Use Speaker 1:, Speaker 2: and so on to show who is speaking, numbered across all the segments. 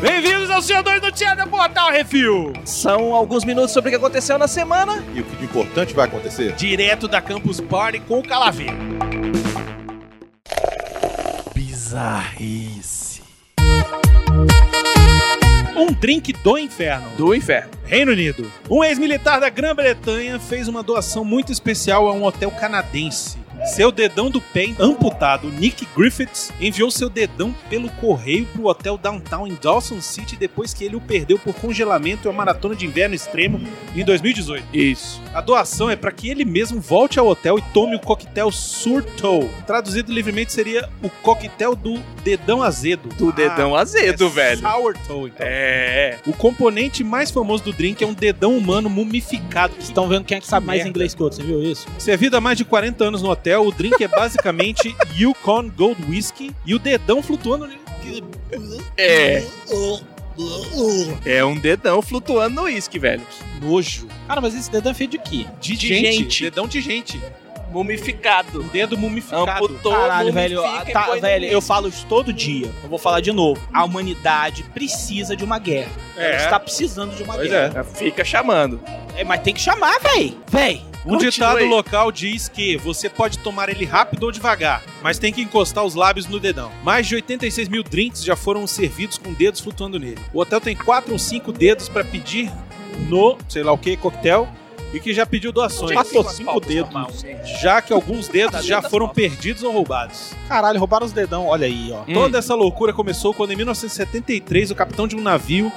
Speaker 1: Bem-vindos ao CO2 do Tiada Portal Refil!
Speaker 2: São alguns minutos sobre o que aconteceu na semana.
Speaker 3: E o que de importante vai acontecer?
Speaker 1: Direto da Campus Party com o Calaveira. Bizarrice. Um drink do inferno.
Speaker 2: Do inferno.
Speaker 1: Reino Unido. Um ex-militar da Grã-Bretanha fez uma doação muito especial a um hotel canadense. Seu dedão do pé amputado, Nick Griffiths, enviou seu dedão pelo correio para o hotel Downtown em Dawson City depois que ele o perdeu por congelamento e uma maratona de inverno extremo em 2018.
Speaker 2: Isso.
Speaker 1: A doação é para que ele mesmo volte ao hotel e tome o coquetel Surtou. Traduzido livremente seria o coquetel do dedão azedo. Ah,
Speaker 2: Do dedão azedo, velho.
Speaker 1: Sourdough, então.
Speaker 2: É.
Speaker 1: O componente mais famoso do drink é um dedão humano mumificado. Então,
Speaker 4: Vocês estão vendo quem é que sabe mais
Speaker 1: merda.
Speaker 4: inglês que outro, você viu isso?
Speaker 1: Servido há mais de 40 anos no hotel, o drink é basicamente Yukon Gold Whisky e o dedão flutuando. né? nele.
Speaker 2: É. É um dedão flutuando no uísque, velho.
Speaker 1: Nojo.
Speaker 4: Cara, mas esse dedão é feito de quê?
Speaker 1: De,
Speaker 2: De
Speaker 1: gente.
Speaker 2: gente.
Speaker 1: Dedão de gente.
Speaker 2: Mumificado.
Speaker 1: Um dedo mumificado.
Speaker 2: Amputou. Todo
Speaker 4: Caralho,
Speaker 2: mundo
Speaker 4: velho,
Speaker 2: fica e
Speaker 4: tá-
Speaker 2: põe no
Speaker 4: velho,
Speaker 2: meio.
Speaker 4: eu falo isso todo dia. Eu vou falar de novo. A humanidade precisa de uma guerra.
Speaker 1: É.
Speaker 4: Ela está precisando de uma
Speaker 1: Pois
Speaker 4: guerra.
Speaker 2: é. Fica chamando.
Speaker 4: É, mas tem que chamar, véi. Véi.
Speaker 1: Um
Speaker 2: Continue.
Speaker 1: ditado local diz que você pode tomar ele rápido ou devagar, mas tem que encostar os lábios no dedão. Mais de 86 mil drinks já foram servidos com dedos flutuando nele. O hotel tem 4 ou 5 dedos para pedir no, sei lá o que, coquetel, e que já pediu doações.
Speaker 2: Quatro ou tá
Speaker 1: cinco Já que alguns dedos já foram perdidos ou roubados.
Speaker 4: Caralho, roubaram os dedão. Olha aí, ó.
Speaker 2: Hum.
Speaker 1: Toda essa loucura começou quando, em 1973, o capitão de um navio,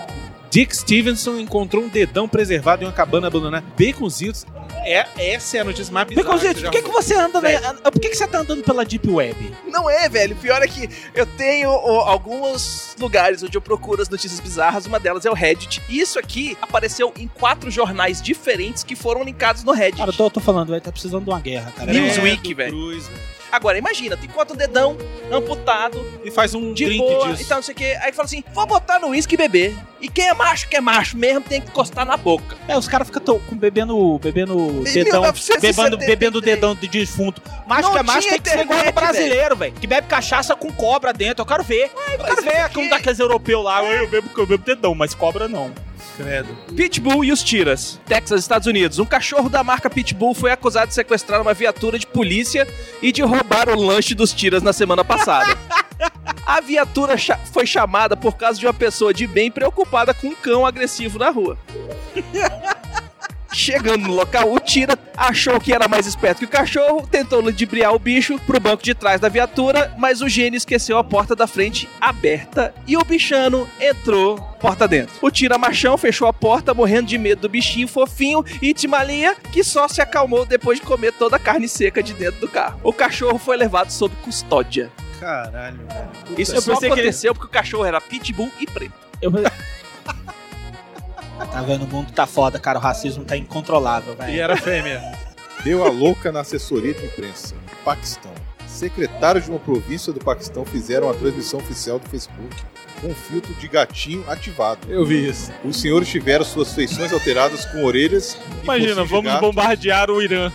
Speaker 1: Dick Stevenson, encontrou um dedão preservado em uma cabana abandonada. Baconzitos. É, essa é a notícia mais bizarra.
Speaker 4: Picão, gente,
Speaker 1: que eu já
Speaker 4: por que, que
Speaker 1: ouvi.
Speaker 4: você anda, velho? Por que, que você tá andando pela Deep Web?
Speaker 2: Não é, velho. Pior é que eu tenho ó, alguns lugares onde eu procuro as notícias bizarras. Uma delas é o Reddit. E isso aqui apareceu em quatro jornais diferentes que foram linkados no Reddit.
Speaker 4: Cara, eu tô, eu tô falando, velho, tá precisando de uma guerra, cara.
Speaker 2: News-
Speaker 4: É.
Speaker 2: Newsweek,
Speaker 1: Credo
Speaker 2: velho.
Speaker 1: Né? Cruz, velho.
Speaker 2: Agora, imagina, tu encontra um dedão amputado,
Speaker 1: E faz um
Speaker 2: de
Speaker 1: drink
Speaker 2: boa então.
Speaker 1: disso.
Speaker 2: e tal, não sei o quê. Aí fala assim, vou botar no uísque e beber. E quem é macho, que é macho mesmo, tem que encostar na boca.
Speaker 4: É, os caras ficam tão- com- bebendo, bebendo
Speaker 2: Em
Speaker 4: dedão,
Speaker 2: 1973.
Speaker 4: bebendo, bebendo dedão de defunto. Macho
Speaker 2: Não
Speaker 4: que é macho
Speaker 2: tinha
Speaker 4: tem que ser igual no
Speaker 2: internet,
Speaker 4: brasileiro, velho. Que bebe cachaça com cobra dentro, eu quero ver. eu quero ver
Speaker 2: isso
Speaker 4: como
Speaker 2: aqui-
Speaker 4: daqueles europeus lá, eu bebo, eu bebo dedão, mas cobra não.
Speaker 1: Credo.
Speaker 2: Pitbull e os tiras. Texas, Estados Unidos. Um cachorro da marca Pitbull foi acusado de sequestrar uma viatura de polícia e de roubar o lanche dos tiras na semana passada. A viatura cha- foi chamada por causa de uma pessoa de bem preocupada com um cão agressivo na rua. Chegando no local, o Tira achou que era mais esperto que o cachorro, tentou ludibriar o bicho pro banco de trás da viatura, mas o gênio esqueceu a porta da frente aberta e o bichano entrou porta dentro. O Tira Machão fechou a porta, morrendo de medo do bichinho fofinho e Timalinha, que só se acalmou depois de comer toda a carne seca de dentro do carro. O cachorro foi levado sob custódia.
Speaker 1: Caralho, velho.
Speaker 2: Isso é
Speaker 4: Eu
Speaker 2: só
Speaker 4: pensei que ele-
Speaker 2: aconteceu porque o cachorro era pitbull e preto.
Speaker 4: Eu... tá vendo, o mundo tá foda, cara, o racismo tá incontrolável,
Speaker 1: E
Speaker 4: velho.
Speaker 1: era fêmea.
Speaker 3: Deu a louca na assessoria de imprensa. Paquistão. Secretários de uma província do Paquistão fizeram a transmissão oficial do Facebook com um filtro de gatinho ativado.
Speaker 1: Eu vi isso.
Speaker 3: Os senhores tiveram suas feições alteradas com orelhas e focinho
Speaker 1: Imagina,
Speaker 3: de
Speaker 1: vamos
Speaker 3: gato,
Speaker 1: bombardear o Irã.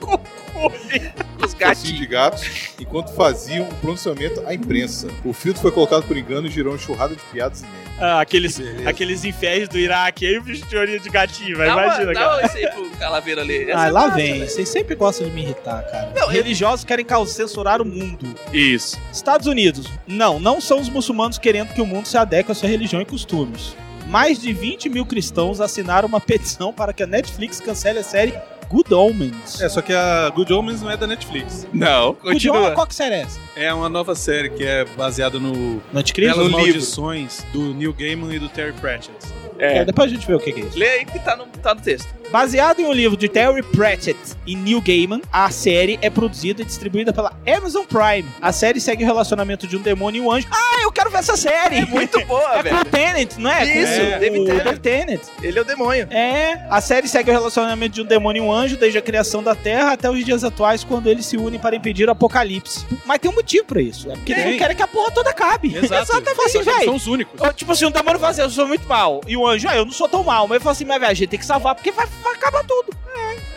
Speaker 2: Os
Speaker 3: focinho
Speaker 2: gatinhos.
Speaker 3: de gatos, enquanto faziam um pronunciamento à imprensa. O filtro foi colocado por engano e gerou uma enxurrada de piadas e memes.
Speaker 1: Ah, aqueles,
Speaker 3: Beleza.
Speaker 1: aqueles infernos do Iraque. Aí o bicho de orelha de gatinho, velho.
Speaker 2: Dá uma-
Speaker 1: Imagina,
Speaker 2: dá
Speaker 1: cara.
Speaker 2: uma- esse aí pro calaveira ali. Essa
Speaker 4: Ah,
Speaker 2: é
Speaker 4: lá
Speaker 2: massa,
Speaker 4: vem,
Speaker 2: velho.
Speaker 4: vocês sempre gostam de me irritar, cara.
Speaker 2: Não, eu-
Speaker 4: Religiosos querem caus- censurar o mundo.
Speaker 2: Isso.
Speaker 4: Estados Unidos. Não, não são os muçulmanos querendo que o mundo se adeque à sua religião e costumes. Mais de 20 mil cristãos assinaram uma petição para que a Netflix cancele a série Good Omens.
Speaker 1: É, só que a Good Omens não é da Netflix.
Speaker 2: Não,
Speaker 4: Good Omens,
Speaker 2: continua.
Speaker 4: qual que série é essa?
Speaker 1: É uma nova série que é baseada no
Speaker 4: No
Speaker 2: É
Speaker 4: Anticristo?
Speaker 1: Belas
Speaker 4: No
Speaker 1: Maldições do Neil Gaiman e do Terry Pratchett.
Speaker 4: É, depois a gente vê o que que é isso.
Speaker 2: Lê aí que tá no, tá no texto.
Speaker 4: Baseado em um livro de Terry Pratchett e Neil Gaiman, a série é produzida e distribuída pela Amazon Prime. A série segue o relacionamento de um demônio e um anjo. Ah, eu quero ver essa série!
Speaker 2: É muito boa,
Speaker 4: É com o
Speaker 2: velho.
Speaker 4: Tennant, não é? Com
Speaker 2: Isso,
Speaker 4: o-
Speaker 2: David
Speaker 4: o
Speaker 2: Tennant.
Speaker 4: David Tennant.
Speaker 2: Ele é o demônio.
Speaker 4: É, a série segue o relacionamento de um demônio e um anjo desde a criação da Terra até os dias atuais, quando eles se unem para impedir o apocalipse. Mas tem um motivo pra isso. É porque eles não
Speaker 1: Tem.
Speaker 4: querem que a porra toda acabe. Fala
Speaker 1: Só
Speaker 4: assim,
Speaker 1: que eles São
Speaker 4: velho.
Speaker 1: os únicos.
Speaker 4: Tipo assim, o demônio fala assim, eu sou muito mal. E o anjo, ah, eu não sou tão mal. Mas ele fala assim, mas velho, a gente tem que salvar porque vai, vai acabar tudo.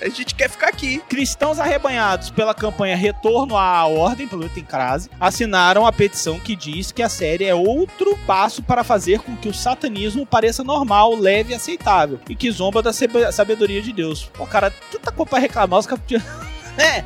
Speaker 2: A gente quer ficar aqui.
Speaker 4: Cristãos arrebanhados pela campanha Retorno à Ordem, pelo item crase, assinaram a petição que diz que a série é outro passo para fazer com que o satanismo pareça normal, leve e aceitável, e que zomba da sebe- sabedoria de Deus. Pô, cara, tanta coisa pra reclamar, os caras É,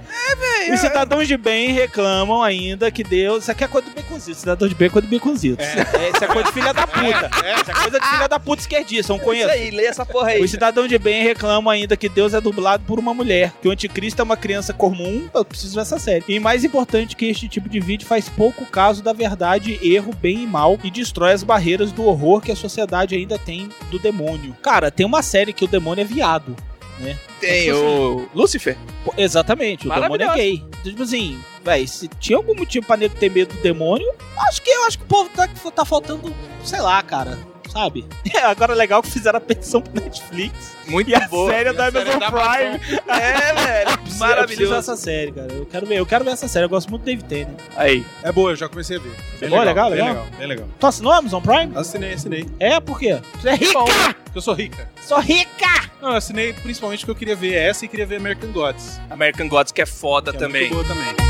Speaker 4: os cidadãos de bem reclamam ainda que Deus. Isso aqui é coisa do Beconzitos. Cidadão de bem é coisa do Beconzitos. É, isso é coisa de filha da puta. É Isso é coisa de filha da puta esquerdista. Não conheço.
Speaker 2: É Isso aí, lê essa porra aí.
Speaker 4: Os cidadãos de bem reclamam ainda que Deus é dublado por uma mulher, que o anticristo é uma criança comum. Eu preciso dessa série. E mais importante que este tipo de vídeo faz pouco caso da verdade, erro, bem e mal, e destrói as barreiras do horror que a sociedade ainda tem do demônio. Cara, tem uma série que o demônio é viado.
Speaker 2: Tem o Lúcifer.
Speaker 4: Pô, exatamente, o demônio é
Speaker 2: Maravilhosa.
Speaker 4: gay. Tipo assim, véi, se tinha algum motivo pra nego ter medo do demônio, acho que eu acho que o povo tá, tá faltando, sei lá, cara. Sabe? agora é legal que fizeram a petição pro Netflix.
Speaker 2: Muito
Speaker 4: E a
Speaker 2: boa.
Speaker 4: série é da
Speaker 5: série
Speaker 4: Amazon
Speaker 5: da
Speaker 4: Prime.
Speaker 2: É, velho.
Speaker 4: Eu preciso ver
Speaker 2: Maravilhoso.
Speaker 4: essa série, cara. Eu quero ver, eu quero ver essa série. Eu gosto muito do David Tennant.
Speaker 2: Aí.
Speaker 1: É boa, eu já comecei a ver.
Speaker 4: É boa, legal,
Speaker 1: bem
Speaker 4: legal?
Speaker 1: legal, bem legal.
Speaker 4: Tu assinou Amazon Prime?
Speaker 1: Assinei, assinei.
Speaker 4: É, por quê? Você é rico!
Speaker 1: Porque eu sou rica.
Speaker 4: Sou rica!
Speaker 1: Não, eu assinei principalmente porque eu queria ver essa e queria ver American Gods.
Speaker 2: American Gods que é foda
Speaker 1: que é
Speaker 2: também.
Speaker 1: muito boa também.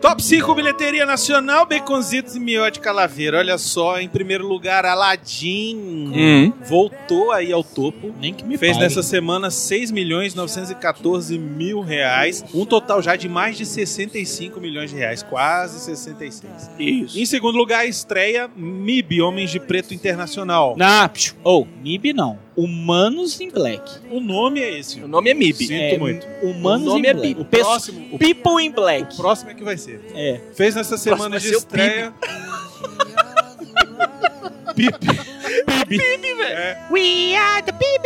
Speaker 1: Top 5 bilheteria nacional, Baconzitos e Miote Calaveira. Olha só, em primeiro lugar, Aladdin.
Speaker 2: Hum.
Speaker 1: Voltou aí ao topo.
Speaker 4: Nem que me
Speaker 1: Fez
Speaker 4: pague.
Speaker 1: nessa semana 6 milhões 914 mil reais. Um total já de mais de 65 milhões de reais. Quase 66.
Speaker 2: Isso.
Speaker 1: Em segundo lugar, a estreia MIB, Homens de Preto Internacional.
Speaker 4: Não, psiu. ou MIB não. Humanos em Black.
Speaker 1: O nome é esse.
Speaker 2: O nome é MIB.
Speaker 1: Sinto
Speaker 4: É,
Speaker 1: muito.
Speaker 4: Humanos
Speaker 2: O nome
Speaker 4: em
Speaker 2: é
Speaker 4: Black.
Speaker 2: Bibi.
Speaker 4: O pes-
Speaker 1: Próximo, o,
Speaker 4: People in Black.
Speaker 1: o próximo é que vai ser.
Speaker 4: É.
Speaker 1: Fez nessa semana
Speaker 2: vai
Speaker 1: de
Speaker 2: ser o
Speaker 1: estreia. Pipe. É.
Speaker 4: We are the people.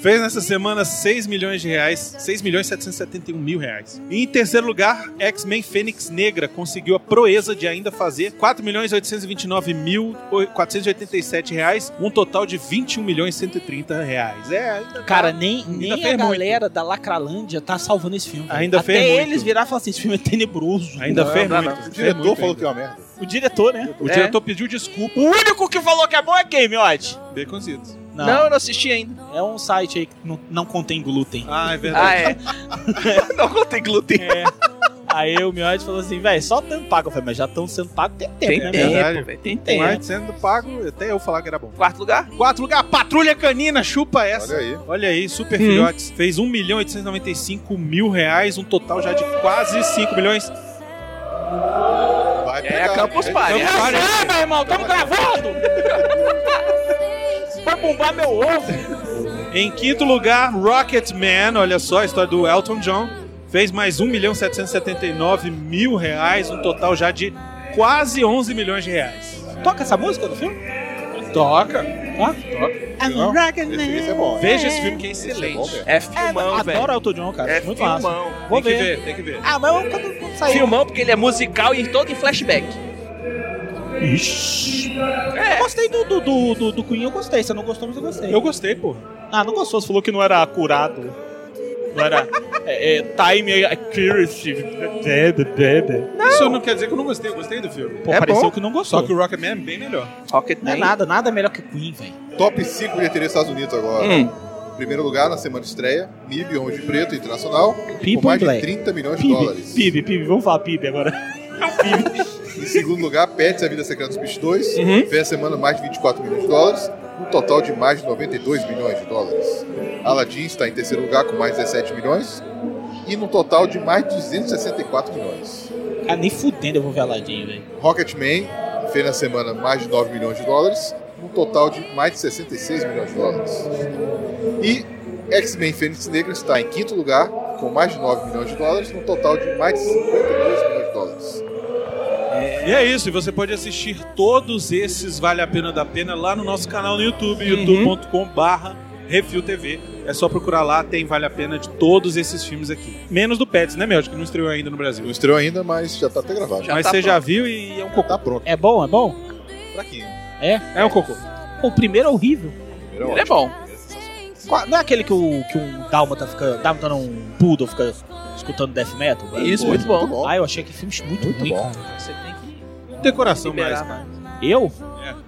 Speaker 1: Fez nessa semana 6 milhões de reais, 6 milhões e 771 mil reais. E em terceiro lugar, X-Men Fênix Negra conseguiu a proeza de ainda fazer 4 milhões e 829 mil oi- 487 reais, um total de 21 milhões e 130 reais. É, ainda tá-
Speaker 4: Cara, nem, nem
Speaker 1: fez
Speaker 4: a
Speaker 1: muito.
Speaker 4: galera da Lacralândia tá salvando esse filme. velho.
Speaker 1: Ainda
Speaker 4: Até
Speaker 1: fez muito.
Speaker 4: eles viraram e falaram assim, esse filme é tenebroso.
Speaker 1: ainda
Speaker 2: Não,
Speaker 1: fez
Speaker 2: não dá
Speaker 1: muito.
Speaker 3: O
Speaker 1: fez
Speaker 3: diretor
Speaker 1: muito
Speaker 3: falou
Speaker 1: ainda.
Speaker 3: que é uma merda.
Speaker 4: O diretor, né?
Speaker 1: O
Speaker 2: É.
Speaker 1: diretor pediu desculpa.
Speaker 4: O único que falou que é bom é quem, Miote?
Speaker 1: Baconzitos.
Speaker 2: Não, eu não assisti ainda.
Speaker 4: É um site aí que não, não contém glúten.
Speaker 1: Ah, é verdade.
Speaker 2: Ah, é? não contei glúten.
Speaker 4: É. Aí o Miotti falou assim, velho, só tanto pago. Eu falei, mas já estão sendo pagos tem tempo, né,
Speaker 1: tempo.
Speaker 4: meu?
Speaker 1: verdade.
Speaker 2: velho. Tem
Speaker 1: Tem
Speaker 4: é.
Speaker 2: tempo.
Speaker 1: mais sendo pago, até eu falar que era bom.
Speaker 2: Quarto lugar?
Speaker 1: Quarto lugar, Patrulha Canina, chupa essa.
Speaker 3: Olha aí.
Speaker 1: Olha aí, Super Filhotes fez 1 milhão e 895 mil reais, um total já de quase 5 milhões.
Speaker 2: É a
Speaker 3: Vai pegar. né? Então, tá
Speaker 2: Campus Party.
Speaker 1: Campus Party.
Speaker 4: Ah, meu irmão, tamo gravando! Vai bombar meu ovo!
Speaker 1: Em quinto lugar, Rocket Man, olha só, a história do Elton John, fez mais 1 milhão e 779 mil reais, um total já de quase 11 milhões de reais.
Speaker 4: Toca essa música do filme?
Speaker 1: Toca!
Speaker 3: Não,
Speaker 4: Rocket
Speaker 3: Esse, esse é bom.
Speaker 1: Veja esse filme que é
Speaker 3: Esse é bom
Speaker 1: excelente.
Speaker 3: mesmo.
Speaker 2: É filmão,
Speaker 4: Adoro
Speaker 2: velho.
Speaker 4: Elton John, cara.
Speaker 2: É
Speaker 4: Muito
Speaker 2: filmão.
Speaker 4: massa. Vou
Speaker 1: tem que
Speaker 4: ver.
Speaker 1: ver, tem que ver.
Speaker 4: Ah, mas eu- quando, quando sair...
Speaker 2: Filmão porque ele é musical e todo em flashback.
Speaker 4: Ixi.
Speaker 2: É.
Speaker 4: Eu gostei do, do, do, do, do Queen, eu gostei. Você não gostou, mas eu gostei.
Speaker 1: Eu gostei, pô.
Speaker 4: Ah, não gostou. Você falou que não era curado. Não era... é, é, time accuracy. Dead, dead.
Speaker 1: Isso não quer dizer que eu não gostei, eu gostei do filme.
Speaker 4: Pô,
Speaker 2: É
Speaker 4: pareceu
Speaker 2: bom.
Speaker 4: que não gostou.
Speaker 1: Só que o Rocket Man é bem melhor.
Speaker 2: Rocketman.
Speaker 4: Não é nada, nada é melhor que Queen, velho.
Speaker 3: Top 5 bilheteria dos Estados Unidos agora.
Speaker 2: Hum.
Speaker 3: Primeiro lugar na semana de estreia, MIB, Homem de Preto Internacional,
Speaker 4: People
Speaker 3: com mais de
Speaker 4: Black.
Speaker 3: 30 milhões de
Speaker 4: Pibe,
Speaker 3: dólares.
Speaker 4: Pibe, Pibe, vamos falar Pibe agora.
Speaker 3: Em segundo lugar, Pets, A Vida Secreta dos Bichos 2,
Speaker 2: Uhum.
Speaker 3: fez a semana mais de 24 milhões de dólares, um total de mais de 92 milhões de dólares. Aladdin está em terceiro lugar com mais 17 milhões e no total de mais de 264 milhões.
Speaker 4: Cara, nem fudendo eu vou ver Aladdin, velho.
Speaker 3: Rocketman fez na semana mais de 9 milhões de dólares, um total de mais de 66 milhões de dólares. E X-Men Fênix Negra está em quinto lugar, com mais de 9 milhões de dólares, num total de mais de 52 milhões de dólares.
Speaker 1: E é isso, e você pode assistir todos esses Vale a Pena da Pena lá no nosso canal no YouTube, youtube.com/barra Refil TV. É só procurar lá, tem Vale a Pena de todos esses filmes aqui. Menos do Pets, né, meu? Acho que não estreou ainda no Brasil.
Speaker 3: Não estreou ainda, mas já está até gravado.
Speaker 2: Já
Speaker 1: Mas
Speaker 2: tá
Speaker 1: você
Speaker 2: pronto.
Speaker 1: já viu e é um cocô.
Speaker 3: Tá pronto,
Speaker 4: É bom, é bom?
Speaker 3: fraquinho.
Speaker 4: É?
Speaker 1: É um cocô.
Speaker 4: O primeiro é horrível.
Speaker 3: primeiro
Speaker 2: Ele é
Speaker 3: ótimo.
Speaker 2: bom.
Speaker 4: Qua- Não é aquele que, o, que um Dálmata fica. Dálmata não, um Poodle fica escutando death metal?
Speaker 2: Isso, muito bom.
Speaker 4: Ah, eu achei que filme muito,
Speaker 3: Muito
Speaker 4: ruim,
Speaker 3: bom.
Speaker 4: cara.
Speaker 2: Você tem que
Speaker 1: Decoração mais.
Speaker 2: liberar mais.
Speaker 4: Eu?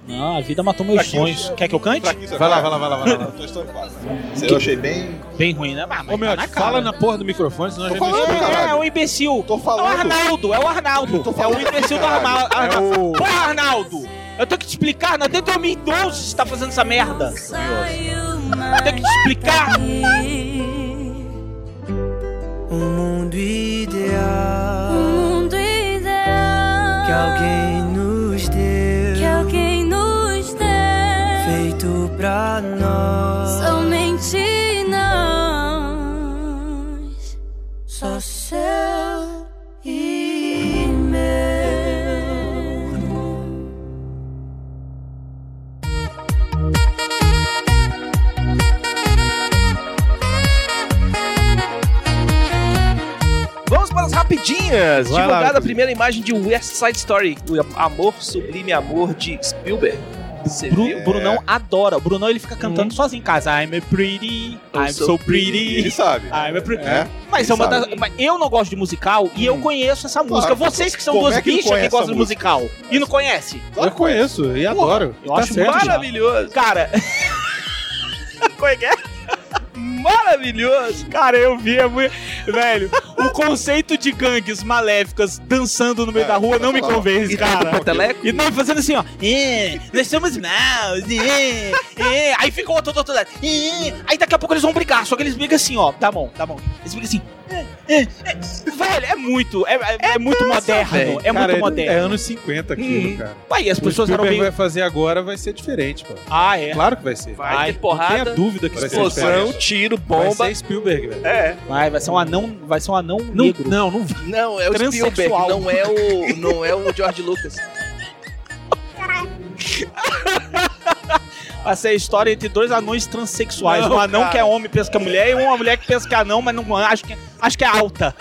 Speaker 4: Não, a vida matou meus
Speaker 3: Pra quem
Speaker 4: sonhos.
Speaker 3: você-
Speaker 4: Quer que É. eu cante?
Speaker 1: Vai lá, vai lá, vai lá, vai lá.
Speaker 3: Tô história quase. Você eu achei bem.
Speaker 4: Bem ruim, né? Mas, mas
Speaker 1: Ô, meu,
Speaker 4: tá na cara.
Speaker 1: fala na porra do microfone, senão a
Speaker 3: Tô
Speaker 1: gente
Speaker 3: falando,
Speaker 1: vai-
Speaker 4: É,
Speaker 3: caralho.
Speaker 4: é um imbecil.
Speaker 3: Tô
Speaker 4: É o
Speaker 3: falando.
Speaker 2: Ah,
Speaker 4: Arnaldo, é o Arnaldo.
Speaker 3: Tô
Speaker 4: É
Speaker 3: falando,
Speaker 4: o imbecil do
Speaker 3: caralho.
Speaker 4: Arnaldo.
Speaker 1: É o-
Speaker 4: Porra, Arnaldo! Eu tenho que te explicar, não é desde 2012 que você tá fazendo essa merda. Eu tenho que te explicar.
Speaker 5: Um mundo
Speaker 6: O
Speaker 5: ideal
Speaker 6: Um mundo ideal
Speaker 5: que alguém nos
Speaker 6: que
Speaker 5: deu,
Speaker 6: alguém nos dê
Speaker 5: feito pra nós.
Speaker 6: somente nós.
Speaker 5: Só seu e meu.
Speaker 2: Vamos para as rapidinhas.
Speaker 1: Vai lá,
Speaker 2: Divulgada a
Speaker 1: Rodrigo.
Speaker 2: primeira imagem de West Side Story, o amor sublime amor de Spielberg. Você
Speaker 4: Bru,
Speaker 3: É.
Speaker 2: viu?
Speaker 4: Brunão adora. O Brunão ele fica cantando
Speaker 3: Uhum.
Speaker 4: sozinho em casa. I'm a pretty,
Speaker 2: Eu
Speaker 4: I'm
Speaker 2: sou
Speaker 4: so
Speaker 3: Ele
Speaker 4: pretty.
Speaker 3: sabe.
Speaker 2: ah,
Speaker 4: I'm a pretty.
Speaker 3: É.
Speaker 4: Mas, é uma
Speaker 3: sabe. Hum.
Speaker 4: das- mas eu não gosto de musical e eu conheço essa música. Vocês que são
Speaker 3: Como
Speaker 4: duas
Speaker 3: é que não
Speaker 4: bichas que
Speaker 3: conhece
Speaker 4: gostam
Speaker 3: essa
Speaker 4: de musical e não conhece.
Speaker 1: Eu conheço e adoro.
Speaker 4: eu
Speaker 1: Tá
Speaker 4: acho
Speaker 1: certo.
Speaker 2: Maravilhoso.
Speaker 4: Cara,
Speaker 2: Como é que é? Maravilhoso.
Speaker 4: cara, eu vi, é muito... Velho, o conceito de gangues maléficas dançando no meio
Speaker 3: É,
Speaker 4: da rua não me
Speaker 3: não.
Speaker 4: convence,
Speaker 2: tá
Speaker 4: cara.
Speaker 2: Teleco.
Speaker 4: E não, fazendo assim, ó. "É, nós somos maus. é, é." Aí fica o outro do outro lado. "É." Aí daqui a pouco eles vão brigar. Só que eles brigam assim, ó. Tá bom, tá bom. Eles brigam assim. "É, é, é." Velho, é muito. É, é- é muito moderno.
Speaker 2: velho.
Speaker 1: Cara,
Speaker 4: É muito
Speaker 1: ele- É Uhum.
Speaker 4: moderno.
Speaker 1: anos 50 aquilo,
Speaker 2: Hum.
Speaker 1: cara.
Speaker 4: Aí as
Speaker 1: O
Speaker 4: pessoas eram
Speaker 1: Spielberg
Speaker 4: meio.
Speaker 1: vai fazer agora vai ser diferente, pô.
Speaker 4: Ah, é.
Speaker 1: Claro que vai ser.
Speaker 2: Vai ter
Speaker 1: não
Speaker 2: porrada,
Speaker 1: tenha dúvida que vai ser
Speaker 2: Explosão,
Speaker 1: diferente.
Speaker 2: tiro,
Speaker 1: um Vai
Speaker 2: bomba.
Speaker 1: ser Spielberg, velho.
Speaker 2: É.
Speaker 4: Vai, vai ser um anão. Vai ser um anão
Speaker 1: Não,
Speaker 4: negro.
Speaker 1: não, não.
Speaker 2: Não, é o
Speaker 4: Transexual.
Speaker 2: Spielberg, não é o, não é o George Lucas.
Speaker 4: Vai ser a história entre dois anões transexuais.
Speaker 2: Não,
Speaker 4: um anão
Speaker 2: cara.
Speaker 4: que é homem e pensa que é mulher e uma mulher que pensa que é anão, mas não acho que, acho que é alta.